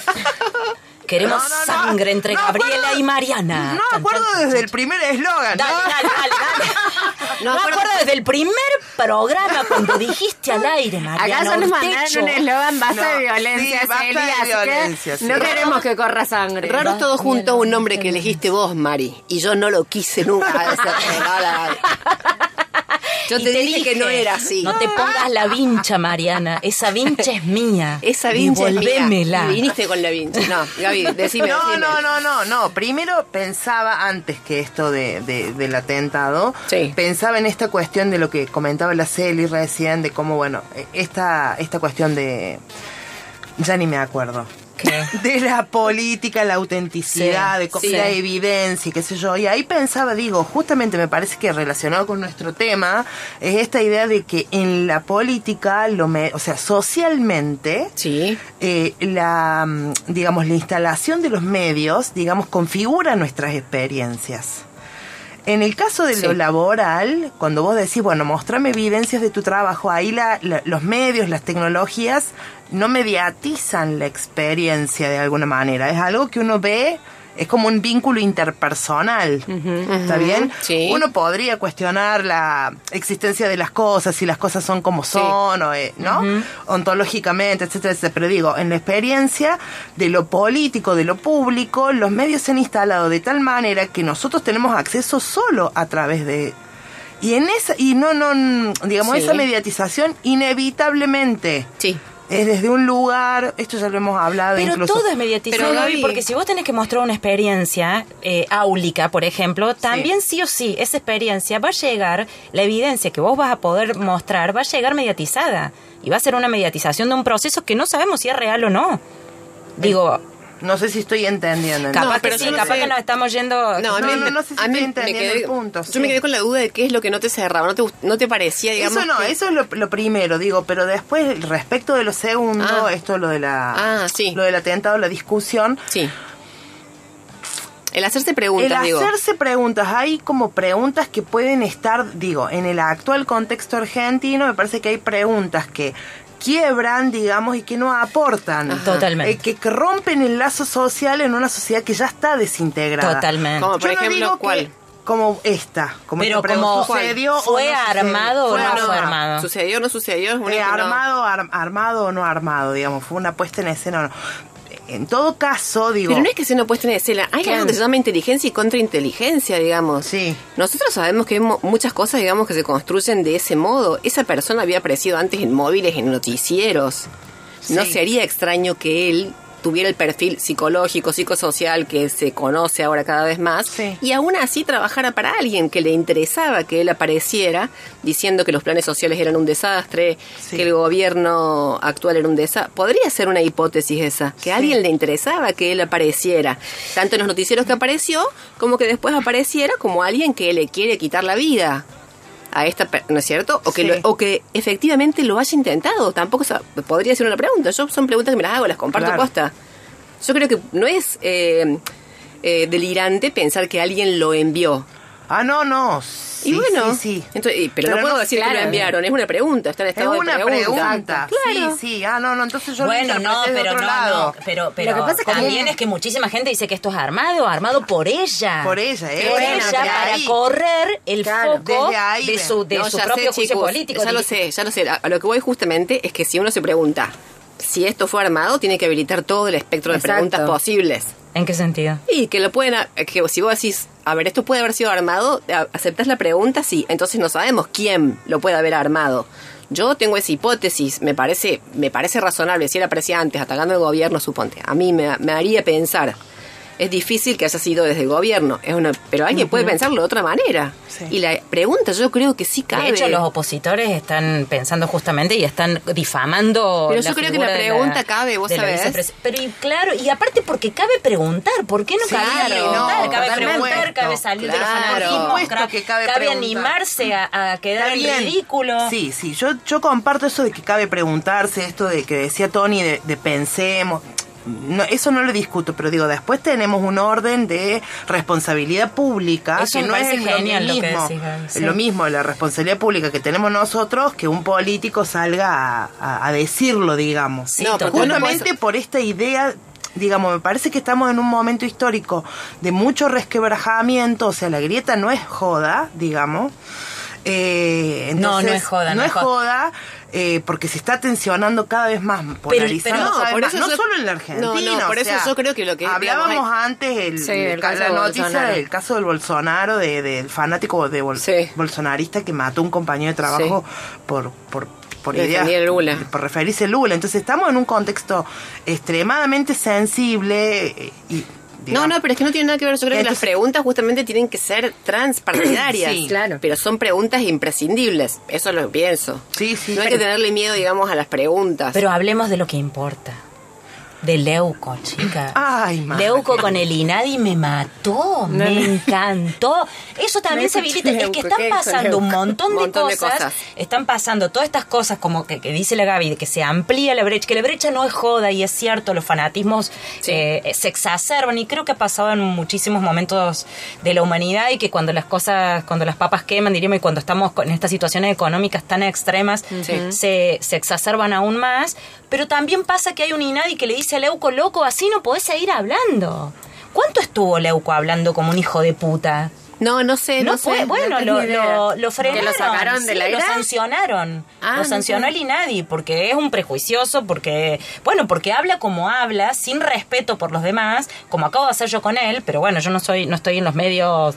Queremos
No, no, no.
sangre entre
No,
Gabriela
acuerdo-
y Mariana.
no
Chan,
acuerdo
chan, chan,
desde
chan.
el primer eslogan.
Dale,
¿no?
dale, dale, dale.
No
No,
acuerdo-
acuerdo desde el primer programa cuando dijiste al aire, Mariana.
Acá solo nos mandaron
Ortecho.
un eslogan basta
No,
de violencia,
sí, basta
Celia,
de
así que
violencia, sí.
No queremos que corra sangre.
Raros todo junto un nombre que elegiste vos, Mari. Y yo no lo quise nunca. Ah, Esa- no, la- Yo
Y
te, dije, que no era así.
No te pongas la vincha, Mariana. Esa vincha es mía.
Esa vincha es mía.
Devolvémela.
Y viniste con la vincha. No, Gaby, decime.
no,
decime.
no, no, no, no. Primero pensaba antes que esto de, de- del atentado,
Sí.
pensaba en esta cuestión de lo que comentaba la Celi recién, de cómo, bueno, eh, esta, esta cuestión de... Ya ni me acuerdo. de la política, la autenticidad,
Sí,
de cómo
sí.
la evidencia, y qué sé yo. Y ahí pensaba, digo, justamente me parece que relacionado con nuestro tema, es esta idea de que en la política, lo me- o sea, socialmente, eh, la, mm, digamos, la instalación de los medios, digamos, configura nuestras experiencias. En el caso de lo laboral, cuando vos decís, bueno, mostrame evidencias de tu trabajo, ahí la- la- los medios, las tecnologías no mediatizan la experiencia de alguna manera. Es algo que uno ve, es como un vínculo interpersonal. ¿Está
ujú,
bien?
sí.
Uno podría cuestionar la existencia de las cosas, si las cosas son como son, o, eh, ¿no? Ontológicamente, etcétera, etcétera. Pero digo, en la experiencia de lo político, de lo público, los medios se han instalado de tal manera que nosotros tenemos acceso solo a través de. Y en esa, y no, no, mm, digamos,
Sí.
esa mediatización inevitablemente
Sí.
es desde un lugar, esto ya lo hemos hablado
Pero
incluso.
todo es mediatizado,
Pero,
Gaby,
Gaby-
porque si vos tenés que mostrar una experiencia eh, áulica, por ejemplo, también sí. o sí, esa experiencia va a llegar, la evidencia que vos vas a poder mostrar va a llegar mediatizada. Y va a ser una mediatización de un proceso que no sabemos si es real o no. Digo,
No sé si estoy entendiendo.
capaz
pero
que sí,
yo no
capaz
sé.
que nos estamos yendo...
No,
a mí
no,
me-
no sé si
a mí
estoy
me
entendiendo
quedé-
el punto,
Yo
sí.
me quedé con la duda de qué es lo que no te cerraba, no te, gust- no te parecía, digamos.
Eso no,
que-
eso es lo, lo primero, digo, pero después respecto de lo segundo,
Ah.
esto lo de la
Ah, sí.
lo del atentado, la discusión,
Sí. El hacerse preguntas,
el
digo.
hacerse preguntas, hay como preguntas que pueden estar, digo, en el actual contexto argentino, me parece que hay preguntas que quiebran, digamos, y que no aportan.
Ajá. Totalmente.
Eh, que, que rompen el lazo social en una sociedad que ya está desintegrada.
Totalmente.
Como, por
Yo no
ejemplo,
digo que-
¿cuál?
como esta, como
Pero
esta pregunta,
como
¿sucedió o
fue
no sucedió?
armado o Ah, no fue armado.
¿Sucedió o no sucedió? Es una
Eh,
que Este, no-
armado, ar- armado o no armado, digamos, fue una puesta en escena o no. En todo caso, digo,
Pero no es que se nos puesta en escena. Hay algo que se llama inteligencia y contrainteligencia, digamos.
Sí.
Nosotros sabemos que hay mo- muchas cosas, digamos, que se construyen de ese modo. Esa persona había aparecido antes en móviles, en noticieros. No
Sí.
sería extraño que él tuviera el perfil psicológico, psicosocial que se conoce ahora cada vez más.
Sí.
Y aún así trabajara para alguien que le interesaba que él apareciera, diciendo que los planes sociales eran un desastre,
Sí.
que el gobierno actual era un desastre. Podría ser una hipótesis esa, que a alguien le interesaba que él apareciera, tanto en los noticieros que apareció, como que después apareciera como alguien que le quiere quitar la vida a esta per- ¿no es cierto? O que,
Sí.
lo- o que efectivamente lo haya intentado. Tampoco sa- podría ser una pregunta. Yo son preguntas que me las hago, las comparto
Claro.
posta. Yo creo que no es eh, eh, delirante pensar que alguien lo envió.
ah, no, no. sí,
y bueno,
sí, sí.
entonces- y- pero, no puedo decir que lo
claro.
enviaron, es una pregunta, está en
Es
estado
una
de
pregunta.
Claro.
Sí, sí. Ah, no, no, entonces yo
bueno,
lo
no,
interpreté de
pero
otro
no,
lado.
no, pero, pero
que pasa es que
también
también-
es que muchísima gente dice que esto es armado, armado por ella.
Por ella, ¿eh?
Por
Bueno,
ella
desde
para
ahí.
correr el
Claro,
foco
desde ahí
de
ven.
su, de
No,
su
ya sé,
propio juicio
chicos,
político.
Ya lo sé, ya lo sé. A a lo que voy justamente es que si uno se pregunta si esto fue armado, tiene que habilitar todo el espectro de
Exacto.
preguntas posibles.
¿En qué sentido?
Y que lo pueden, a- que si vos decís, a ver, esto puede haber sido armado, a- aceptás la pregunta, sí, entonces no sabemos quién lo puede haber armado. Yo tengo esa hipótesis, me parece, me parece razonable, si él aparecía antes atacando el gobierno, suponte, a mí me, me haría pensar, es difícil que haya sido desde el gobierno, es una, pero alguien puede pensarlo de otra manera.
Sí.
Y la pregunta yo creo que sí cabe.
De hecho, los opositores están pensando justamente y están difamando.
Pero yo creo que
figura
la
de
pregunta cabe, vos
de la
sabés.
vicepres- Pero y claro, y aparte porque cabe preguntar, ¿por qué no
Sí,
cabía
no,
preguntar? cabe
totalmente.
preguntar, cabe salir
Claro.
de los
Por
supuesto que cabe preguntar.
animarse a, a quedar
Está
en
bien.
ridículo.
Sí, sí, yo, yo comparto eso de que cabe preguntarse, esto de que decía Tony, de, de pensemos. No, eso no lo discuto, pero digo, después tenemos un orden de responsabilidad pública,
Eso
que
me
no
parece
es
genial
lo
lo que
mismo,
decís, Gaby, sí.
lo mismo la responsabilidad pública que tenemos nosotros que un político salga a, a- a decirlo, digamos.
Sí, No, pero totalmente.
justamente por esta idea, digamos, me parece que estamos en un momento histórico de mucho resquebrajamiento, o sea, la grieta no es joda, digamos. Eh, entonces,
No, no es joda,
No es joda, eh, porque se está tensionando cada vez más, polarizando
pero no,
cada vez
por
más.
eso
no
yo-
solo en la Argentina.
No, no, por
o
eso
sea,
yo creo que lo que-
Hablábamos
digamos,
antes el,
Sí, el
ca-
caso
la
de
noticia
Bolsonaro.
del caso del Bolsonaro, de- del fanático de Bol-
Sí.
bolsonarista que mató a un compañero de trabajo por... por por
Defendía
ideas,
a Lula.
por referirse a Lula. Entonces estamos en un contexto extremadamente sensible eh, y...
No,
digamos,
no, pero es que no tiene nada que ver. Yo creo que las
Entonces-
preguntas justamente tienen que ser transpartidarias.
Sí,
claro.
Pero son preguntas imprescindibles. Eso lo pienso.
Sí, sí,
No hay que
pero-
tenerle miedo, digamos, a las preguntas.
Pero hablemos de lo que importa. de Leuco, chica.
Ay, madre.
Leuco con el Inadi me mató, me
no.
encantó. Eso también se
escuché
habilita. Es que
Leuco,
están
¿qué hizo
pasando
Leuco?
un montón,
Montón
de,
de
cosas,
cosas.
Están pasando todas estas cosas, como que, que dice la Gaby, de que se amplía la brecha, que la brecha no es joda y es cierto, los fanatismos eh, se exacerban y creo que ha pasado en muchísimos momentos de la humanidad y que cuando las cosas, cuando las papas queman, diríamos, y cuando estamos con- en estas situaciones económicas tan extremas,
Sí.
se, se exacerban aún más, pero también pasa que hay un Inadi que le dice a Leuco, loco, así no podés seguir hablando. ¿Cuánto estuvo Leuco hablando como un hijo de puta?
No, no sé, no,
No
sé.
fue,
no
bueno, lo,
tengo idea.
lo, lo frenaron.
lo sacaron del
sí,
aire?
Lo sancionaron.
Ah,
lo
no
sancionó
sabía.
el INADI porque es un prejuicioso, porque, bueno, porque habla como habla, sin respeto por los demás, como acabo de hacer yo con él, pero bueno, yo no soy, no estoy en los medios.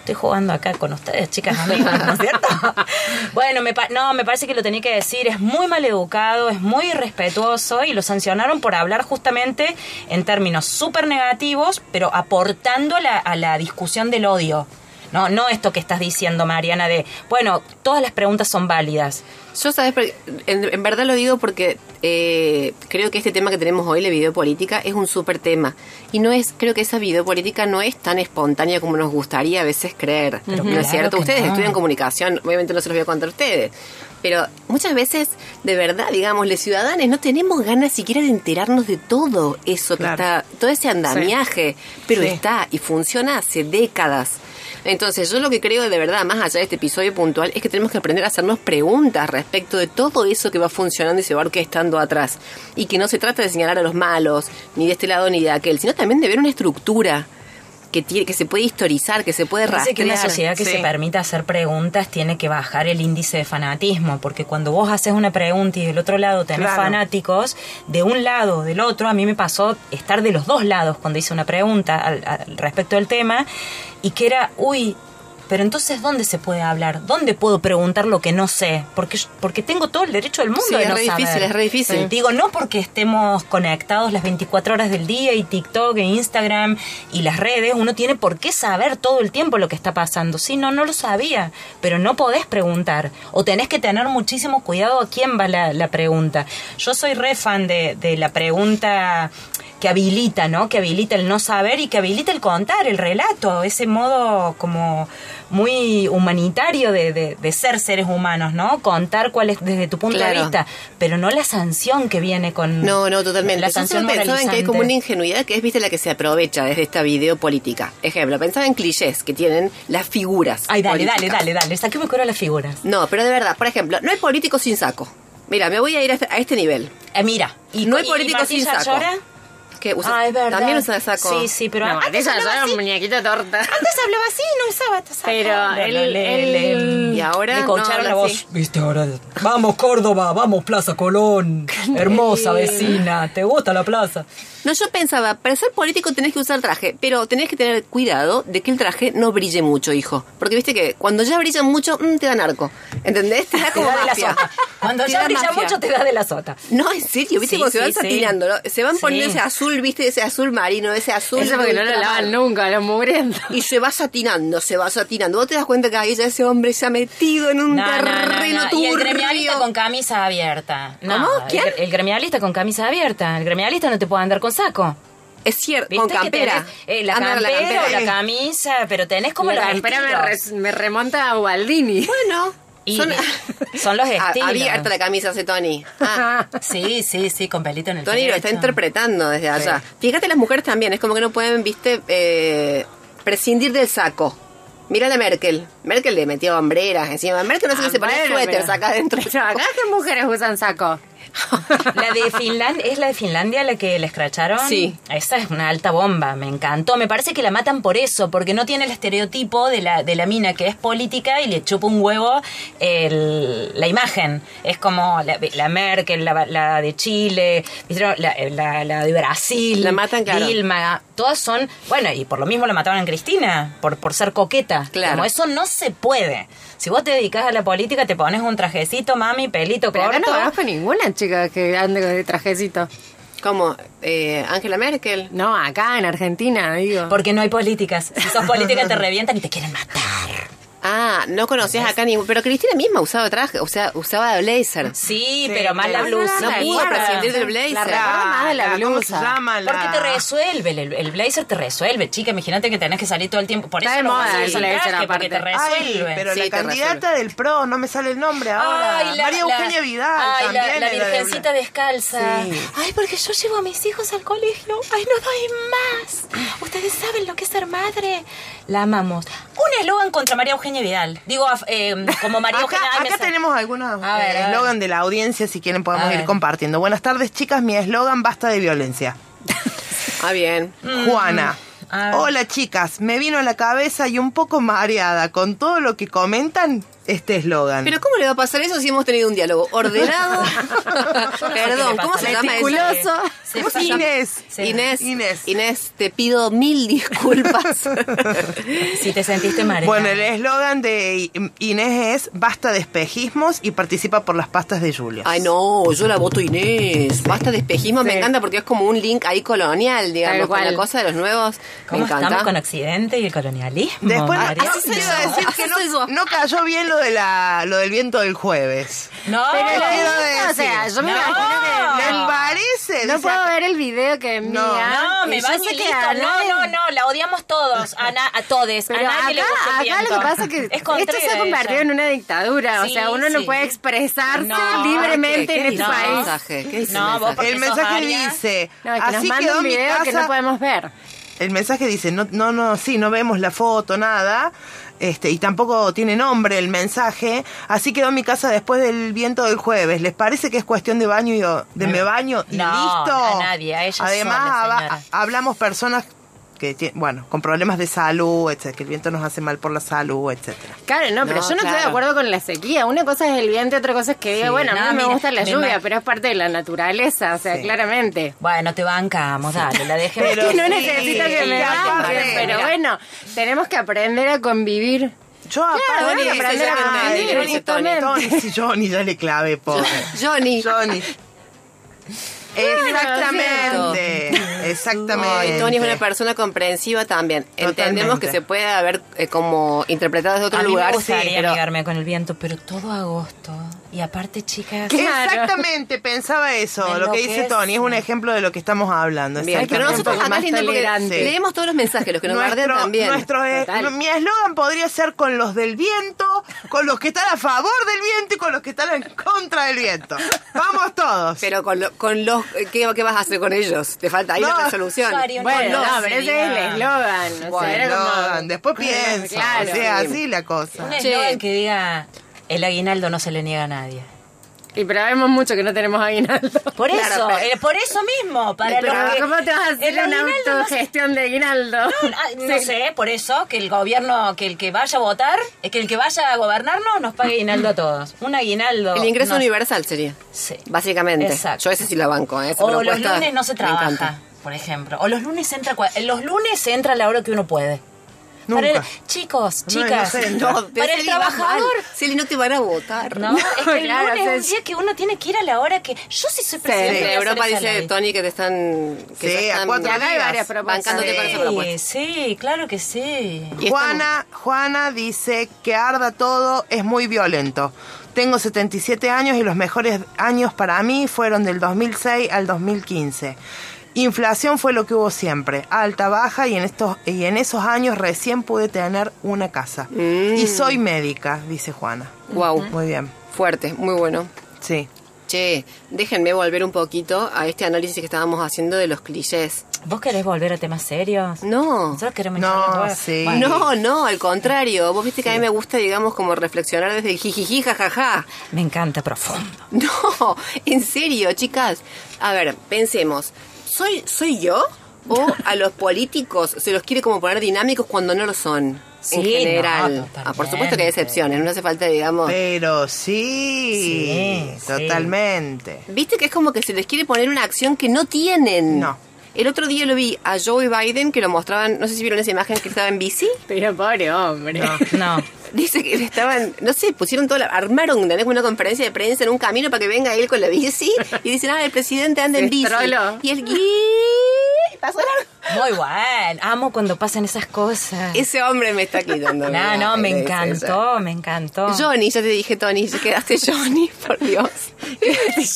Estoy jugando acá con ustedes, chicas amigas, ¿no es cierto? bueno, me pa- no, me parece que lo tenía que decir. Es muy mal educado, es muy irrespetuoso y lo sancionaron por hablar justamente en términos súper negativos, pero aportando a la- a la discusión del odio. No, no esto que estás diciendo, Mariana, de, bueno, todas las preguntas son válidas.
Yo, sabes, Pero en, en verdad lo digo porque eh, creo que este tema que tenemos hoy, la videopolítica, es un súper tema. Y no es, creo que esa videopolítica no es tan espontánea como nos gustaría a veces creer. Pero no
claro
es cierto.
que
Ustedes
no.
estudian comunicación, obviamente no se los voy a contar a ustedes. Pero muchas veces, de verdad, digamos, los ciudadanos no tenemos ganas siquiera de enterarnos de todo eso que
Claro.
está, todo ese andamiaje. Pero
Sí.
está y funciona hace décadas. Entonces, yo lo que creo de verdad, más allá de este episodio puntual, es que tenemos que aprender a hacernos preguntas respecto de todo eso que va funcionando y se va orquestando atrás. Y que no se trata de señalar a los malos, ni de este lado ni de aquel, sino también de ver una estructura que, tiene, que se puede historizar, que se puede
Parece
rastrear.
que una sociedad que
Sí.
se permita hacer preguntas tiene que bajar el índice de fanatismo, porque cuando vos haces una pregunta y del otro lado tenés
Claro.
fanáticos, de un lado, del otro, a mí me pasó estar de los dos lados cuando hice una pregunta al, al respecto del tema, y que era, uy, pero entonces, ¿dónde se puede hablar? ¿Dónde puedo preguntar lo que no sé? Porque, yo- porque tengo todo el derecho del mundo
Sí,
de
es
no
re difícil,
saber.
es re difícil.
Sí. Digo, no porque estemos conectados las 24 horas del día y TikTok e Instagram y las redes, uno tiene por qué saber todo el tiempo lo que está pasando. Sí, no, no lo sabía, pero no podés preguntar. O tenés que tener muchísimo cuidado a quién va la, la pregunta. Yo soy re fan de, de la pregunta que habilita, ¿no? Que habilita el no saber y que habilita el contar, el relato, ese modo como muy humanitario de, de- de ser seres humanos, ¿no? Contar cuál es desde tu punto de
Claro.
vista, pero no la sanción que viene con
No, no, totalmente.
Mm. la
Yo
sanción
solo pensaba en que hay como una
moralizante.
ingenuidad que es, viste, la que se aprovecha desde esta videopolítica. Ejemplo, pensaba en clichés que tienen las figuras.
Ay, dale, dale,
políticas.
dale, dale, saquemos coro a las figuras.
No, pero de verdad, por ejemplo, no hay político sin saco. Mira, me voy a ir a este- a este nivel.
Eh, mira, y
No hay
y
político
Martín
sin saco.
Yarlora,
Que usa-
ah, es verdad.
También usa saco.
Sí, sí, pero
No,
antes,
ella
hablaba
era
así,
un muñequito torta.
antes hablaba así, no usaba esta saco.
Pero
No, no,
él- él-
Y ahora
le
no
coacharon
habla
la voz.
así.
Viste ahora. Vamos Córdoba, vamos Plaza Colón. Hermosa vecina, ¿te gusta la plaza?
No, yo pensaba, para ser político tenés que usar traje, pero tenés que tener cuidado de que el traje no brille mucho, hijo. Porque viste que cuando ya brilla mucho, mm, te dan arco. ¿Entendés? Te da
Te
como
da de la
mafia.
sota. Cuando
Te
ya
da
brilla
mafia.
mucho te da de la sota.
No, en serio, viste
Sí,
como se
sí,
van
sí.
satinando, ¿no? se van
Sí.
poniendo ese azul, viste, ese azul marino, ese azul.
Eso porque no lo
ultramar.
lavan nunca, los mugrientos.
Y se va satinando, se va satinando. Vos te das cuenta que ahí ya ese hombre se ha metido en un
No, no, no,
terreno
no. Y el gremialista
turbio.
con camisa abierta. No,
¿Cómo? ¿Quién?
El, el gremialista con camisa abierta. El gremialista no te puede andar con saco.
Es cierto,
¿Viste
con
que
campera. Ah,
tenés, eh, la
Anda
campera,
con
o la
Sí.
camisa, pero tenés como los
La campera me,
estilos.
re- me remonta a Waldini.
Bueno,
Y son los
A-
estilos.
Abierta la camisa hace Tony. Ah,
Sí, sí, sí, con pelito en el
Tony lo
pecho.
está interpretando desde allá. Fíjate las mujeres también, es como que no pueden, viste, eh, prescindir del saco. Mira la Merkel. Merkel le metió hombreras encima. Merkel no se se pone
Bueno,
suéter,
pero-
saca adentro.
Ah, Pero acá que mujeres usan saco.
La de Finlandia, ¿es la de Finlandia la que le escracharon?
Sí.
Esa es una alta bomba, me encantó. Me parece que la matan por eso, porque no tiene el estereotipo de la, de la mina que es política y le chupa un huevo el- la imagen. Es como la, la Merkel, la, la de Chile, ¿viste? la, la- la de Brasil,
La matan, claro.
Dilma, todas son, bueno, y por lo mismo la mataron a Cristina, por, por ser coqueta.
Claro.
Como eso no se puede. Si vos te dedicas a la política, te pones un trajecito, mami, pelito
Pero acá
corto.
no conozco ninguna chica que ande con el trajecito.
Como eh, Angela Merkel.
No, acá en Argentina, digo.
Porque no hay políticas. Si sos política te revientan y te quieren matar.
Ah, no conocías acá ningún. Pero Cristina misma usaba traje, o sea, usaba blazer.
Sí, pero más la
Ah,
pero-
blusa.
No pudo
guarda.
prescindir del blazer.
La regala más de la
Ah, ¿Cómo se
blusa.
llama? La-
Porque te resuelve, el, el blazer te resuelve, chica. Imagínate que tenés que salir todo el tiempo. Por
Está
eso
de
no
moda
vas a
el
usar
blazer
traje, porque
aparte.
te
Ay,
resuelve.
pero
Sí,
la
te
candidata del PRO, no me sale el nombre ahora.
Ay, la-
María
la-
Eugenia Vidal
ay, la-
también.
la,
era de-
virgencita descalza.
Sí.
Ay, porque yo llevo a mis hijos al colegio. Ay, no doy más. Ustedes saben lo que es ser madre. La amamos. Un eslogan contra María Eugenia Vidal. Digo, af- eh, como María
Acá,
Eugenia. ay, me
acá
sale.
tenemos algunos
A ver,
eh,
a ver.
eslogan de la audiencia, si quieren podemos
A
ir
ver.
compartiendo. Buenas tardes, chicas. Mi eslogan, basta de violencia.
Ah, bien.
Mm.
Juana.
A ver.
Hola chicas, me vino a la cabeza y un poco mareada con todo lo que comentan este eslogan.
Pero ¿cómo le va a pasar eso si hemos tenido un diálogo ordenado? Perdón, ¿cómo se llama eso?
Meticuloso.
Se
¿Cómo se llama? Inés.
Sí.
Inés,
Inés.
Inés, te pido mil disculpas.
Si te sentiste mareada.
Bueno, el eslogan de I- Inés es basta de espejismos y participa por las pastas de Julia.
Ay, no, yo la voto Inés. Basta de espejismo, me
Sí.
encanta porque es como un link ahí colonial, digamos,
Tal
con la
cual.
cosa de los nuevos.
¿Cómo
me encanta.
estamos con Occidente y el colonialismo?
Después no,
María?
no, te iba a decir que no-
Así soy yo.
no cayó bien lo de la lo del viento del jueves.
No,
Te
Pero-
quiero
O sea,
decir.
yo me
No.
imagino que.
¿Les parece?
No
Dice
puedo
acá.
ver el video que envían.
No,
Y
me
yo
va
sé
ni
que
listo.
a
No,
nadie-
no, no, la odiamos todos, a, na- a todes.
Pero
a nadie
acá,
le gusta el
acá lo
viento.
que pasa es que
Es
esto se ha
contraria
convertido
ella.
en una dictadura.
Sí,
o sea, uno no
sí.
puede expresarse
No,
¿Qué-
libremente
qué
en este
dice el
país.
mensaje? ¿Qué dice el
No, vos
mensaje?
porque
El
sos
mensaje
aria.
dice,
No, es que nos
así
manda
quedó
un
mi
video que no
casa
podemos ver.
El mensaje dice, no, no, no, sí, no vemos la foto, nada, este, y tampoco tiene nombre el mensaje, así quedó mi casa después del viento del jueves. ¿Les parece que es cuestión de baño y de me baño y
No,
listo?
a nadie, a ella
Además,
sola,
haba-
señora.
hablamos personas que tie- bueno, con problemas de salud, etcétera, que el viento nos hace mal por la salud, etcétera.
Claro, no, pero
No,
yo no estoy de
claro.
acuerdo con la sequía. Una cosa es el viento, otra cosa es que diga,
Sí,
bueno, a
no,
mí me
mira,
gusta la
me
lluvia,
imag-
pero es parte de la naturaleza, o sea,
Sí.
claramente.
Bueno, te bancamos, dale, la dejemos.
Pero
que no
sí,
necesito que me
sí,
bajen,
aparte,
pero
mira.
bueno, tenemos que aprender a convivir.
Yo aparte
bueno,
dice,
aprender a
ya,
convivir,
Johnny,
exactamente.
Tony, sí, Johnny ya le clave, pobre.
Johnny.
Johnny. Exactamente, exactamente.
Ay, Tony es una persona comprensiva también. Entendemos
Totalmente.
que se puede haber eh, como interpretado desde otro
a mí
lugar.
me gustaría
sí, pero-
amigarme con el viento, pero todo agosto. Y aparte, chicas,
Exactamente, pensaba eso,
Me
lo que dice
enloquece.
Tony, es un ejemplo de lo que estamos hablando.
Bien, pero
exactamente.
nosotros
poco
acá
más
es lindo porque
tolerante.
leemos todos los mensajes, los que nos guardan
Nuestro-
también.
nuestro es-
Total.
mi eslogan podría ser con los del viento, con los que están a favor del viento y con los que están en contra del viento. Vamos todos.
Pero con, lo- con los. eh, ¿qué, qué vas a hacer con ellos? Te falta ahí
No,
la resolución.
Rosario, no,
Bueno,
no,
no, pero
sería-
ese Este es el eslogan. O sea, era como-
Eslogan, después piensa,
Claro,
o sea,
sí.
así la cosa.
un
Che.
eslogan que diga el aguinaldo no se le niega a nadie.
Y pero vemos mucho que no tenemos aguinaldo.
Por eso, eh, por eso mismo, para
Pero
los que-
¿cómo te vas a hacer
el
una
aguinaldo no se-
autogestión de aguinaldo?
Ah, No sé, por eso que el gobierno, que el que vaya a votar, eh, que el que vaya a gobernarnos nos pague aguinaldo a todos. Un aguinaldo.
El ingreso
no-
universal sería.
Sí.
Básicamente.
Exacto.
Yo ese sí la banco. ¿eh? Esa
O los
propuesta
lunes no se
me encanta.
trabaja, por ejemplo. O los lunes entra cua- eh, los lunes se entra a la hora que uno puede.
Nunca.
Para el- chicos,
No, no
chicas,
se entra.
No,
para el trabajador.
Celi, no te van a votar.
No, es que el
Claro,
lunes es
o sea,
un día que uno tiene que ir a la hora que. Yo sí soy presidente.
En
de
Europa
hacer esa
dice
ley.
Tony que te están. Que
Sí, a
ya están
cuatro
acá hay
días.
varias propuestas.
Bancándote para esa propuesta.
Sí, sí, claro que sí.
Y esta
Juana, Juana dice que arda todo es muy violento. Tengo 77 años y los mejores años para mí fueron del 2006 al 2015. Inflación fue lo que hubo siempre, alta, baja y en estos y en esos años recién pude tener una casa. Y soy médica, dice Juana.
Guau.
Muy bien.
Fuerte, muy bueno.
Sí.
Che, déjenme volver un poquito a este análisis que estábamos haciendo de los clichés.
¿Vos querés volver a temas serios?
No.
Nosotros queremos
No,
echarle huevo.
sí.
Bueno,
No, no, al contrario. Vos viste que a mí me gusta, digamos, como reflexionar desde el jijiji, jajaja.
Me encanta profundo.
No, en serio, chicas. A ver, pensemos. ¿Soy, soy yo? ¿O a los políticos se los quiere como poner dinámicos cuando no lo son?
Sí,
en
no,
general. Ah, por
totalmente.
supuesto que hay excepciones, no hace falta, digamos.
Pero sí,
Sí, sí.
totalmente.
Viste que es como que se les quiere poner una acción que no tienen.
No.
El otro día lo vi a Joe Biden que lo mostraban, no sé si vieron esa imagen que estaba en bici.
Pero pobre hombre.
Ah.
No.
Dice que le estaban, no sé, pusieron toda la, armaron ¿entendés? como una conferencia de prensa en un camino para que venga él con la bici y dicen, ah, el presidente anda en
Se
bici.
estroló.
Y él, ¿qué?
está sonando.
Muy bueno. Amo cuando pasan esas cosas.
Ese hombre me está quitando.
No,
mi
no, me
aire, ese-
encantó, me encantó.
Johnny, ya te dije Tony, ya quedaste Johnny, por Dios.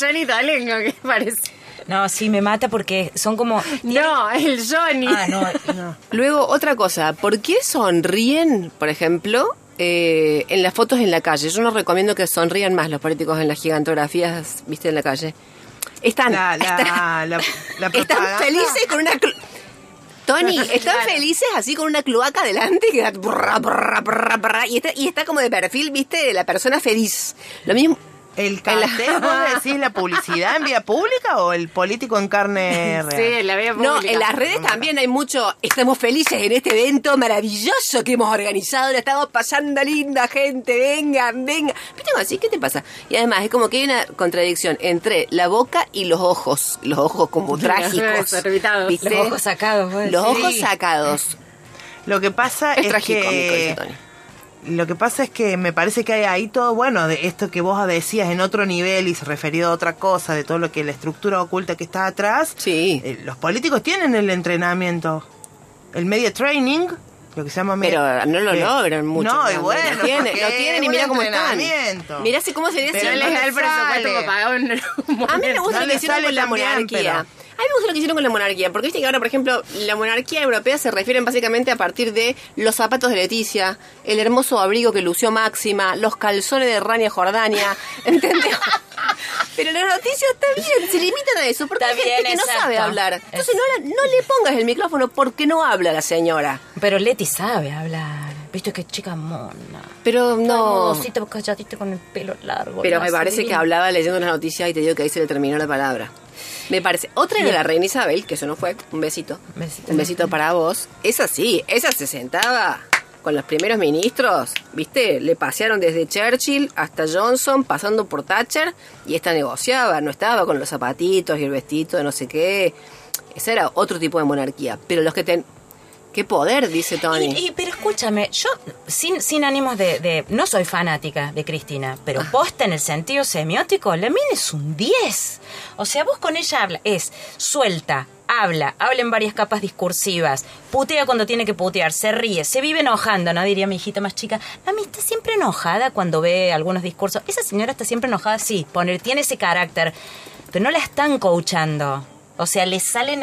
Johnny Tolengo, ¿qué parece?
No, sí, me mata porque son como...
No, el Johnny.
Ah, no, no.
Luego, otra cosa, ¿por qué sonríen, por ejemplo, eh, en las fotos en la calle? Yo no recomiendo que sonrían más los políticos en las gigantografías, viste, en la calle. Están,
La,
están-
la, la, la
están
propaganda.
felices con una... clu- Tony, están
Claro.
felices así con una cloaca delante que da brra, brra, brra, brra, y, está, y está como de perfil, viste, de la persona feliz. Lo mismo...
El cartel, ¿vos decís la publicidad en vía pública o el político en carne real?
Sí, la veo
No, en las redes también hay mucho. Estamos felices en este evento maravilloso que hemos organizado. La estamos pasando linda, gente. Vengan, vengan. Pero tengo así, ¿qué te pasa? Y además es como que hay una contradicción entre la boca y los ojos. Los ojos como trágicos.
desorbitados.
¿viste?
Los ojos sacados, vos
Los
decís.
ojos sacados.
Lo que pasa
Es
es,
tragicómico, dice
que
Tony.
lo que pasa es que me parece que hay ahí todo bueno de esto que vos decías en otro nivel y se referido a otra cosa de todo lo que la estructura oculta que está atrás.
Sí.
Eh, los políticos tienen el entrenamiento, el media training, lo que se llama. media-
Pero ah, no lo
eh,
logran mucho.
No, y
no,
bueno,
Lo tienen,
porque
lo tienen y
es
mira
un
cómo están.
entrenamiento.
Mirá si cómo sería si
Pero
No
no
les
les
da
les-
el presupuesto
sale.
como pagar un, un
A mí me gusta
No
lo que
le
hicieron
sale
con la
tan bien,
monarquía.
pero-
A mí me gusta lo que hicieron con la monarquía, porque viste que ahora, por ejemplo, la monarquía europea se refieren básicamente a partir de los zapatos de Leticia, el hermoso abrigo que lució Máxima, los calzones de Rania Jordania, ¿entendés? Pero la noticia está bien, se limitan a eso, porque
Está
hay gente
bien,
que no
exacto.
sabe hablar. Entonces no, la- no le pongas el micrófono porque no habla la señora.
Pero Leti sabe hablar. Viste que chica mona.
Pero no...
Todo calladita con el pelo largo.
Pero
la
me parece
así.
que hablaba leyendo las noticias y te digo que ahí se le terminó la palabra. Me parece. Otra era la reina Isabel, que eso no fue. Un besito.
Besito.
Un besito para vos. Esa sí, esa se sentaba con los primeros ministros, ¿viste? Le pasearon desde Churchill hasta Johnson, pasando por Thatcher, y esta negociaba, no estaba con los zapatitos y el vestido de no sé qué. Esa era otro tipo de monarquía. Pero los que ten... ¡Qué poder! Dice Tony.
Y- y- pero escúchame, yo sin, sin ánimos de, de- No soy fanática de Cristina, pero posta en el sentido semiótico, la mina es un 10. O sea, vos con ella habla, es suelta, habla, habla en varias capas discursivas, putea cuando tiene que putear, se ríe, se vive enojando, ¿no? Diría mi hijita más chica. A mí está siempre enojada cuando ve algunos discursos. Esa señora está siempre enojada, sí, poner, tiene ese carácter, pero no la están coachando. O sea, le sale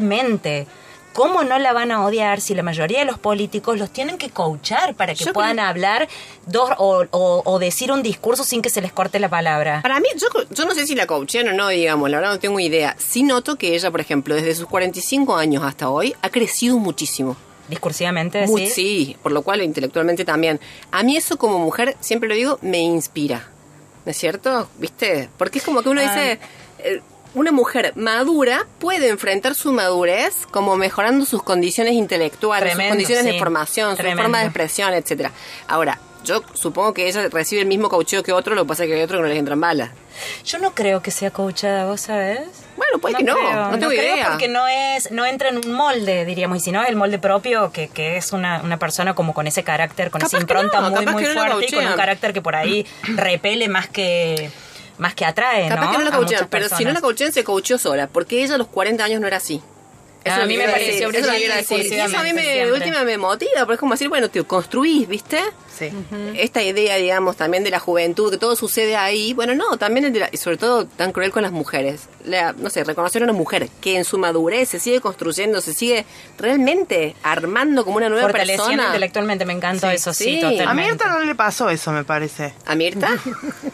naturalmente. ¿Cómo no la van a odiar si la mayoría de los políticos los tienen que coachar para que
Yo
puedan
creo-
hablar dos o, o- o decir un discurso sin que se les corte la palabra?
Para mí, yo, yo no sé si la coachean o no, digamos, la verdad no tengo idea. Sí noto que ella, por ejemplo, desde sus 45 años hasta hoy, ha crecido muchísimo.
Discursivamente,
Mu-
¿Ah, ¿sí?
sí, por lo cual intelectualmente también. A mí eso como mujer, siempre lo digo, me inspira. ¿No es cierto? ¿Viste? Porque es como
Ah.
que uno dice, eh, una mujer madura puede enfrentar su madurez como mejorando sus condiciones intelectuales,
Tremendo,
sus condiciones de
sí.
formación, su
Tremendo.
forma de expresión, etcétera. Ahora, yo supongo que ella recibe el mismo caucheo que otro, lo que pasa es que hay otro que no les entran balas.
Yo no creo que sea coachada, ¿vos sabés?
Bueno, puede que no, no tengo
creo
idea.
porque no es, no entra en un molde, diríamos, y si no el molde propio, que, que es una, una persona como con ese carácter, con esa
Capaz que
impronta
no,
muy,
capaz
muy
que no la
fuerte y con un
coachean.
carácter que por ahí repele más que, más que atrae,
Capaz
¿no?
que no la
A
coachean,
muchas
pero si no la
personas.
coachean, se coacheó sola, porque ella a los 40 años no era así.
A mí
es lo
me
que
pareció
quiero decir, eso es lo que quiero
brillante,
decir. Y eso a mí me, de
siempre.
última me motiva, porque es como decir, bueno, te construís, ¿viste?
Sí.
Esta idea, digamos, también de la juventud, que todo sucede ahí. Bueno, no, también, el de la- y sobre todo tan cruel con las mujeres. La- no sé, reconocer a una mujer que en su madurez se sigue construyendo, se sigue realmente armando como una nueva
Fortaleciendo
persona.
intelectualmente, me encantó eso, sí,
sí.
totalmente.
A Mirta no le pasó eso, me parece.
¿A Mirta?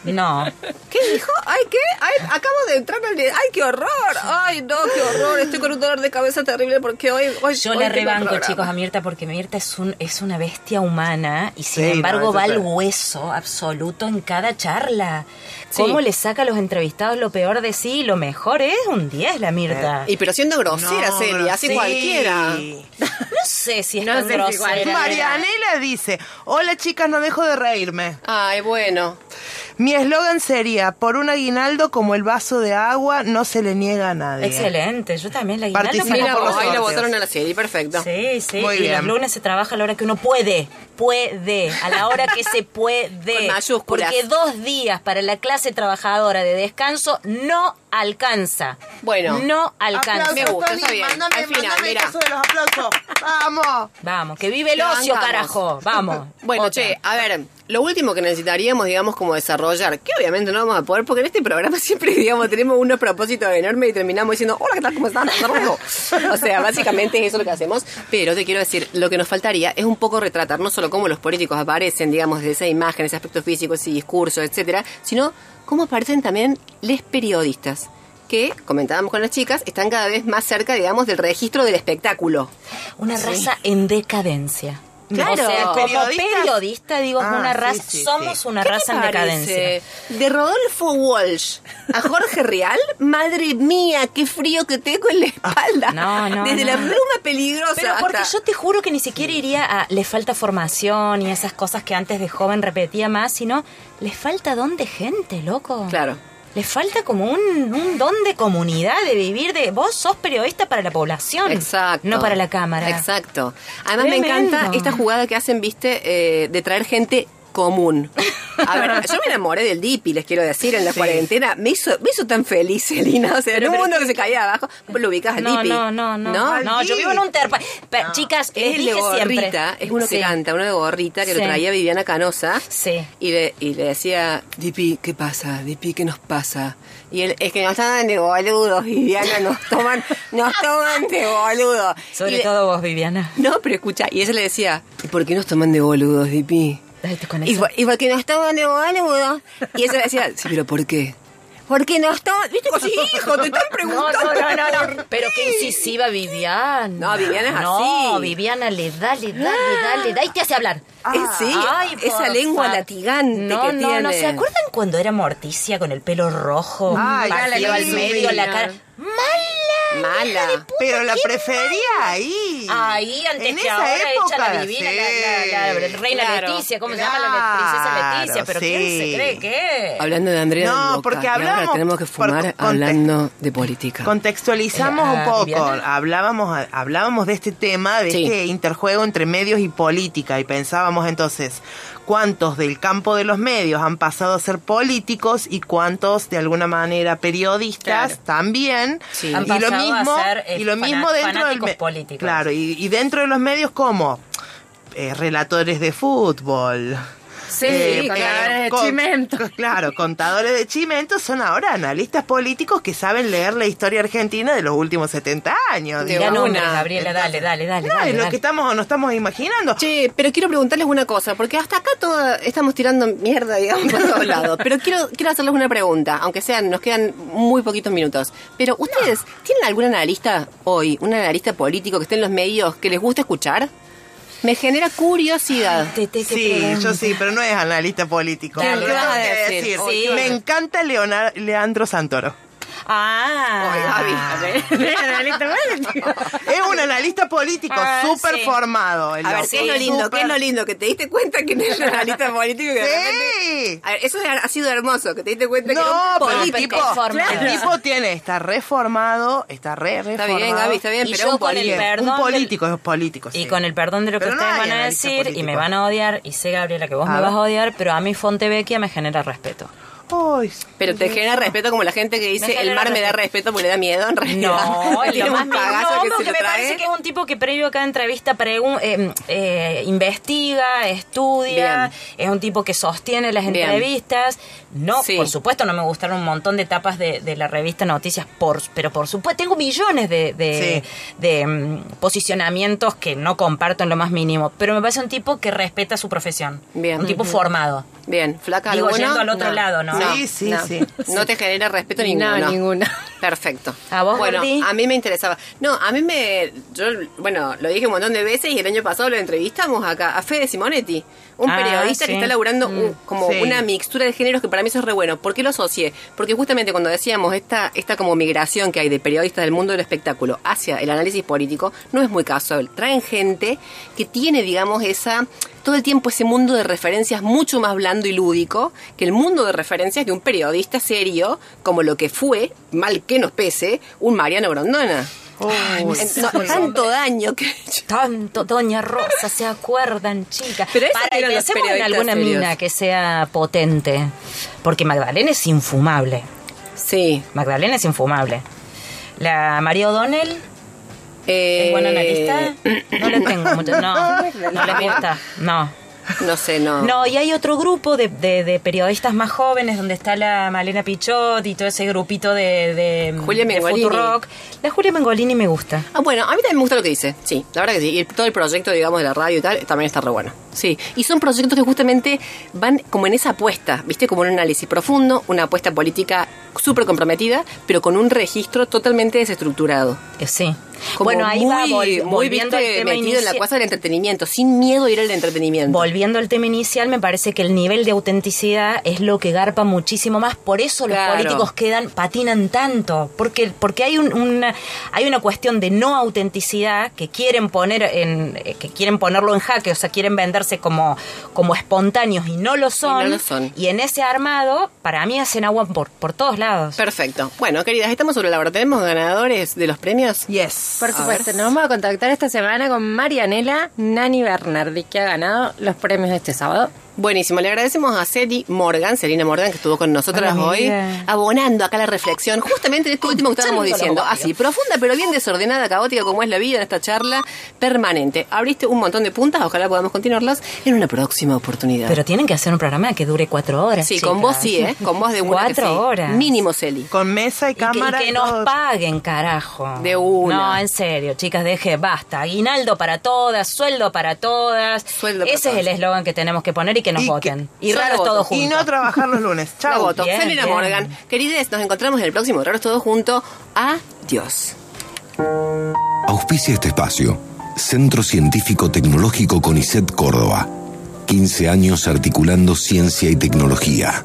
No.
¿Qué dijo? Ay, ¿qué? Ay, acabo de entrar al... de- Ay, qué horror. Ay, no, qué horror. Estoy con un dolor de cabeza terrible porque hoy... hoy
Yo
hoy
la
tengo
rebanco,
programa.
chicos, a Mirta porque Mirta es, un, es una bestia humana y sin
Sí, no,
embargo
eso
va al
sí.
hueso absoluto en cada charla. ¿Cómo le saca a los entrevistados lo peor de sí y lo mejor es un 10 la Mirta?
Y pero siendo grosera,
No,
Celia, así
sí.
cualquiera.
No sé si es
No
tan
sé si
grosera.
igual era.
Marianela dice, hola chicas, no dejo de reírme.
Ay, bueno.
Mi eslogan sería, por un aguinaldo como el vaso de agua, no se le niega a nadie.
Excelente, yo también la
Participa
Guinaldo
Mira,
por
vos,
los
ahí la
sorteos.
votaron a la serie, perfecto.
Sí, sí,
Muy
y los
bien.
lunes se trabaja a la hora que uno puede, puede, a la hora que se puede.
Con mayúsculas.
Porque dos días para la clase trabajadora de descanso no alcanza.
Bueno.
No alcanza.
Aplausos,
Me gusta,
Tony,
está bien.
Mándame,
Al final,
mándame el
mira.
caso de los aplausos. Vamos.
Vamos, que vive el ocio,
Bancamos.
carajo. Vamos.
Bueno,
Otra.
che, a ver, lo último que necesitaríamos, digamos, como desarrollar, que obviamente no vamos a poder, porque en este programa siempre, digamos, tenemos unos propósitos enormes y terminamos diciendo, hola, ¿qué tal? ¿Cómo están? Saludo". o sea, básicamente es eso lo que hacemos, pero te quiero decir, lo que nos faltaría es un poco retratar no solo cómo los políticos aparecen, digamos, de esa imagen, ese aspecto físico, ese discurso, etcétera, sino cómo aparecen también les periodistas que, comentábamos con las chicas, están cada vez más cerca, digamos, del registro del espectáculo.
Una raza en decadencia.
Claro.
o sea, como
¿Periodistas?
periodista, digo, es
Ah,
una
sí,
raza,
sí,
somos
sí.
una
¿Qué te
raza en
parece?
decadencia.
De Rodolfo Walsh a Jorge Real, madre mía, qué frío que tengo en la espalda.
Ah, No, no,
Desde
no.
la pluma peligrosa.
Pero porque
hasta-
yo te juro que ni siquiera iría a les falta formación y esas cosas que antes de joven repetía más, sino les falta don de gente, loco.
Claro.
Les falta como un, un don de comunidad, de vivir de... Vos sos periodista para la población.
Exacto.
No para la cámara.
Exacto. Además me
Tremendo.
encanta esta jugada que hacen, viste, eh, de traer gente común. A ver, yo me enamoré del Dipi, les quiero decir, en la cuarentena. Me hizo, me hizo tan feliz, Celina. O sea, en un mundo que se caía abajo, vos lo ubicás al
No,
Dipi.
no, no, no, no. yo vivo en un terpa. Pero, Chicas,
Es
les
el de
dije siempre.
gorrita, es uno que
Sí.
canta, uno de gorrita que
Sí.
lo traía Viviana Canosa.
Sí.
Y le, y le decía, Dipi, ¿qué pasa? Dipi, ¿qué nos pasa? Y él, es que nos toman de boludos, Viviana, nos toman, nos toman de boludos.
Sobre
Y le-
todo vos, Viviana.
No, pero escucha, y ella le decía, ¿y por qué nos toman de boludos, Dipi?
Ay, te
Y,
conecto.
por- y porque nos toman de boludos. Y ella le decía, sí, pero ¿por qué? Porque nos toman, viste, con sí, hijo, te están
No,
preguntando.
no, no, no, no.
por
Pero qué incisiva Viviana.
No, Viviana es
No,
así.
Viviana le da, le da, le da, le da y te hace hablar. Ah.
Eh, sí,
Ay,
esa
por
lengua
fa-
latigante
no,
que
no,
tiene.
No, ¿Se acuerdan cuando era Morticia con el pelo rojo?
Ay,
partido
sí.
al medio, la cara. ¡Mala!
Mala.
Pero la prefería ahí.
Ahí, antes
En
que
esa
ahora,
época,
echa la divina,
sí.
la, la- la- la reina
Claro.
Leticia, ¿cómo se llama la le- princesa
Claro,
Leticia? Pero
sí.
¿quién se cree que es?
Hablando de Andrea
No,
del Boca,
porque
y ahora
hablamos
tenemos que
por
fumar
conte-
hablando de política.
Contextualizamos
Eh,
un
ah,
poco,
Viviana.
hablábamos hablábamos de este tema, de
Sí.
este interjuego entre medios y política y pensábamos entonces cuántos del campo de los medios han pasado a ser políticos y cuántos de alguna manera periodistas
Claro.
también
Sí.
Han
y lo
pasado a
mismo
ser, eh,
y lo
fana-
mismo dentro del
fanáticos
me-
políticos.
claro y, y dentro de los medios como eh, relatores de fútbol
Sí,
eh,
contadores de
con-
chimento.
Claro, contadores de chimentos son ahora analistas políticos que saben leer la historia argentina de los últimos 70 años.
De
Mirá
digamos.
nombres,
una.
Gabriela, dale, dale, dale.
Claro,
dale,
y lo
dale.
que estamos o no estamos imaginando.
Che, pero quiero preguntarles una cosa, porque hasta acá todo, estamos tirando mierda, digamos, por todos lados. Pero quiero, quiero hacerles una pregunta, aunque sean, nos quedan muy poquitos minutos. Pero, ¿ustedes tienen algún analista hoy, un analista político que esté en los medios que les gusta escuchar? Me genera curiosidad.
Te- te- te
Sí,
pregunto.
yo sí, pero no es analista político.
Dale,
Lo
¿qué vas
tengo
a
que
decir? Sí.
Me encanta Leonar- Leandro Santoro.
Ah.
Es un analista político
Ah,
súper
sí.
formado. el
A ver,
loco.
¿qué es lo lindo? ¿Qué es lo lindo? Que te diste cuenta que no es un analista político. Que de repente-
Sí.
A ver, eso ha sido hermoso, que te diste cuenta que era
No,
un
pero el
político.
tipo,
Formado.
el tipo tiene, está reformado, está re
Está
reformado.
bien, Gaby, está bien,
Y
pero
yo
un
con el
político.
Perdón
un
del-
político es político.
Y
sí.
con el perdón de lo que
Pero no
ustedes
hay
van a
analista
decir, y
político.
me van a odiar, y sé, Gabriela, que vos
A
me
ver.
vas a odiar, pero a mí Fontevecchia me genera respeto.
Ay,
Pero te genera respeto como la gente que dice el
genera
mar me da respeto porque le da miedo en realidad.
No, y
tiene
lo más
un pagazo
mínimo,
que se
que
lo
me parece
trae.
que es un tipo que previo a cada entrevista pregun- eh, eh, investiga, estudia, es un tipo que sostiene las
Bien.
entrevistas. No,
Sí.
por supuesto, no me gustaron un montón de tapas de, de la revista Noticias, por, pero por supuesto, tengo millones de, de, de, mm, posicionamientos que no comparto en lo más mínimo, pero me parece un tipo que respeta su profesión,
Bien.
un tipo formado.
Bien, flaca
Digo,
alguna?
yendo al otro lado, ¿no?
Sí, sí,
no.
sí.
No te genera respeto
No,
ninguno.
ninguna.
Perfecto.
¿A vos,
bueno,
Gordi?
a mí me interesaba. No, a mí me... Yo, bueno, lo dije un montón de veces y el año pasado lo entrevistamos acá, a Fede Simonetti, un
Ah,
periodista que
sí.
está laburando un- como
sí.
una mixtura de géneros que para mí eso es re bueno. ¿Por qué lo asocié? Porque justamente cuando decíamos esta, esta como migración que hay de periodistas del mundo del espectáculo hacia el análisis político, no es muy casual. Traen gente que tiene, digamos, esa todo el tiempo ese mundo de referencias mucho más blando y lúdico que el mundo de referencias de un periodista serio como lo que fue, mal que nos pese, un Mariano Grondona.
uy,
No, tanto daño que...
Tanto, Doña Rosa, se acuerdan, chicas.
Pero eso
Para, y
tienen los
pensemos en
periodistas
alguna
serios.
mina que sea potente. Porque Magdalena es infumable.
Sí.
Magdalena es infumable. La María O'Donnell
Eh,
es buena analista. No la tengo mucho. No, no le gusta. No.
No sé, no.
No, y hay otro grupo de, de- de periodistas más jóvenes donde está la Malena Pichot y todo ese grupito de, de,
Julia
de
Mengolini.
Futurock. La Julia Mengolini me gusta.
Ah, bueno, a mí también me gusta lo que dice, sí, la verdad que sí. Y el- todo el proyecto, digamos, de la radio y tal, también está re bueno. Sí, y son proyectos que justamente van como en esa apuesta, ¿viste? Como en un análisis profundo, una apuesta política súper comprometida, pero con un registro totalmente desestructurado.
Eh, Sí.
Como
bueno, ahí va
muy-
vol-
muy,
volviendo al
viste,
tema
metido en la
inicia-
cosa del entretenimiento, sin miedo a ir al entretenimiento.
Volviendo al tema inicial, me parece que el nivel de autenticidad es lo que garpa muchísimo más. Por eso los
Claro.
políticos quedan, patinan tanto. Porque, porque hay un- una, hay una cuestión de no autenticidad que quieren poner en, eh, que quieren ponerlo en jaque, o sea, quieren venderse como, como espontáneos y no lo son.
no lo son.
Y en ese armado, para mí hacen agua por, por todos lados.
Perfecto. Bueno, queridas, estamos sobre la hora. ¿Tenemos ganadores de los premios?
Yes.
Por supuesto, nos vamos a contactar esta semana con Marianela Nani Bernardi, que ha ganado los premios de este sábado.
Buenísimo, le agradecemos a Celi Morgan, Celina Morgan, que estuvo con nosotras
Hola,
hoy,
amiga.
abonando acá la reflexión, justamente de esto último que estábamos
Escuchando
diciendo,
lo propio.
así, profunda pero bien desordenada, caótica como es la vida en esta charla permanente. Abriste un montón de puntas, ojalá podamos continuarlas en una próxima oportunidad.
Pero tienen que hacer un programa que dure cuatro horas.
sí, con
chicas.
vos sí, ¿eh? Con vos de una que
Cuatro
sí.
horas.
Mínimo, Celi.
Con mesa y
Y que, y
cámara.
que
y todo.
nos paguen, carajo.
De una.
No, en serio, chicas, deje, basta. Aguinaldo para todas, sueldo para todas.
Sueldo para
Ese es
todas.
el eslogan que tenemos que poner y que nos
Y que-
voten. y
Yo
raros
voto.
todos
Y
juntos.
no trabajar los lunes.
La
Chao.
voto.
bien,
Celina
bien.
Morgan. Querides, nos encontramos en el próximo Raros Todos Juntos. Adiós.
Auspicia este espacio. Centro Científico E Tecnológico CONICET Córdoba. 15 años articulando ciencia y tecnología.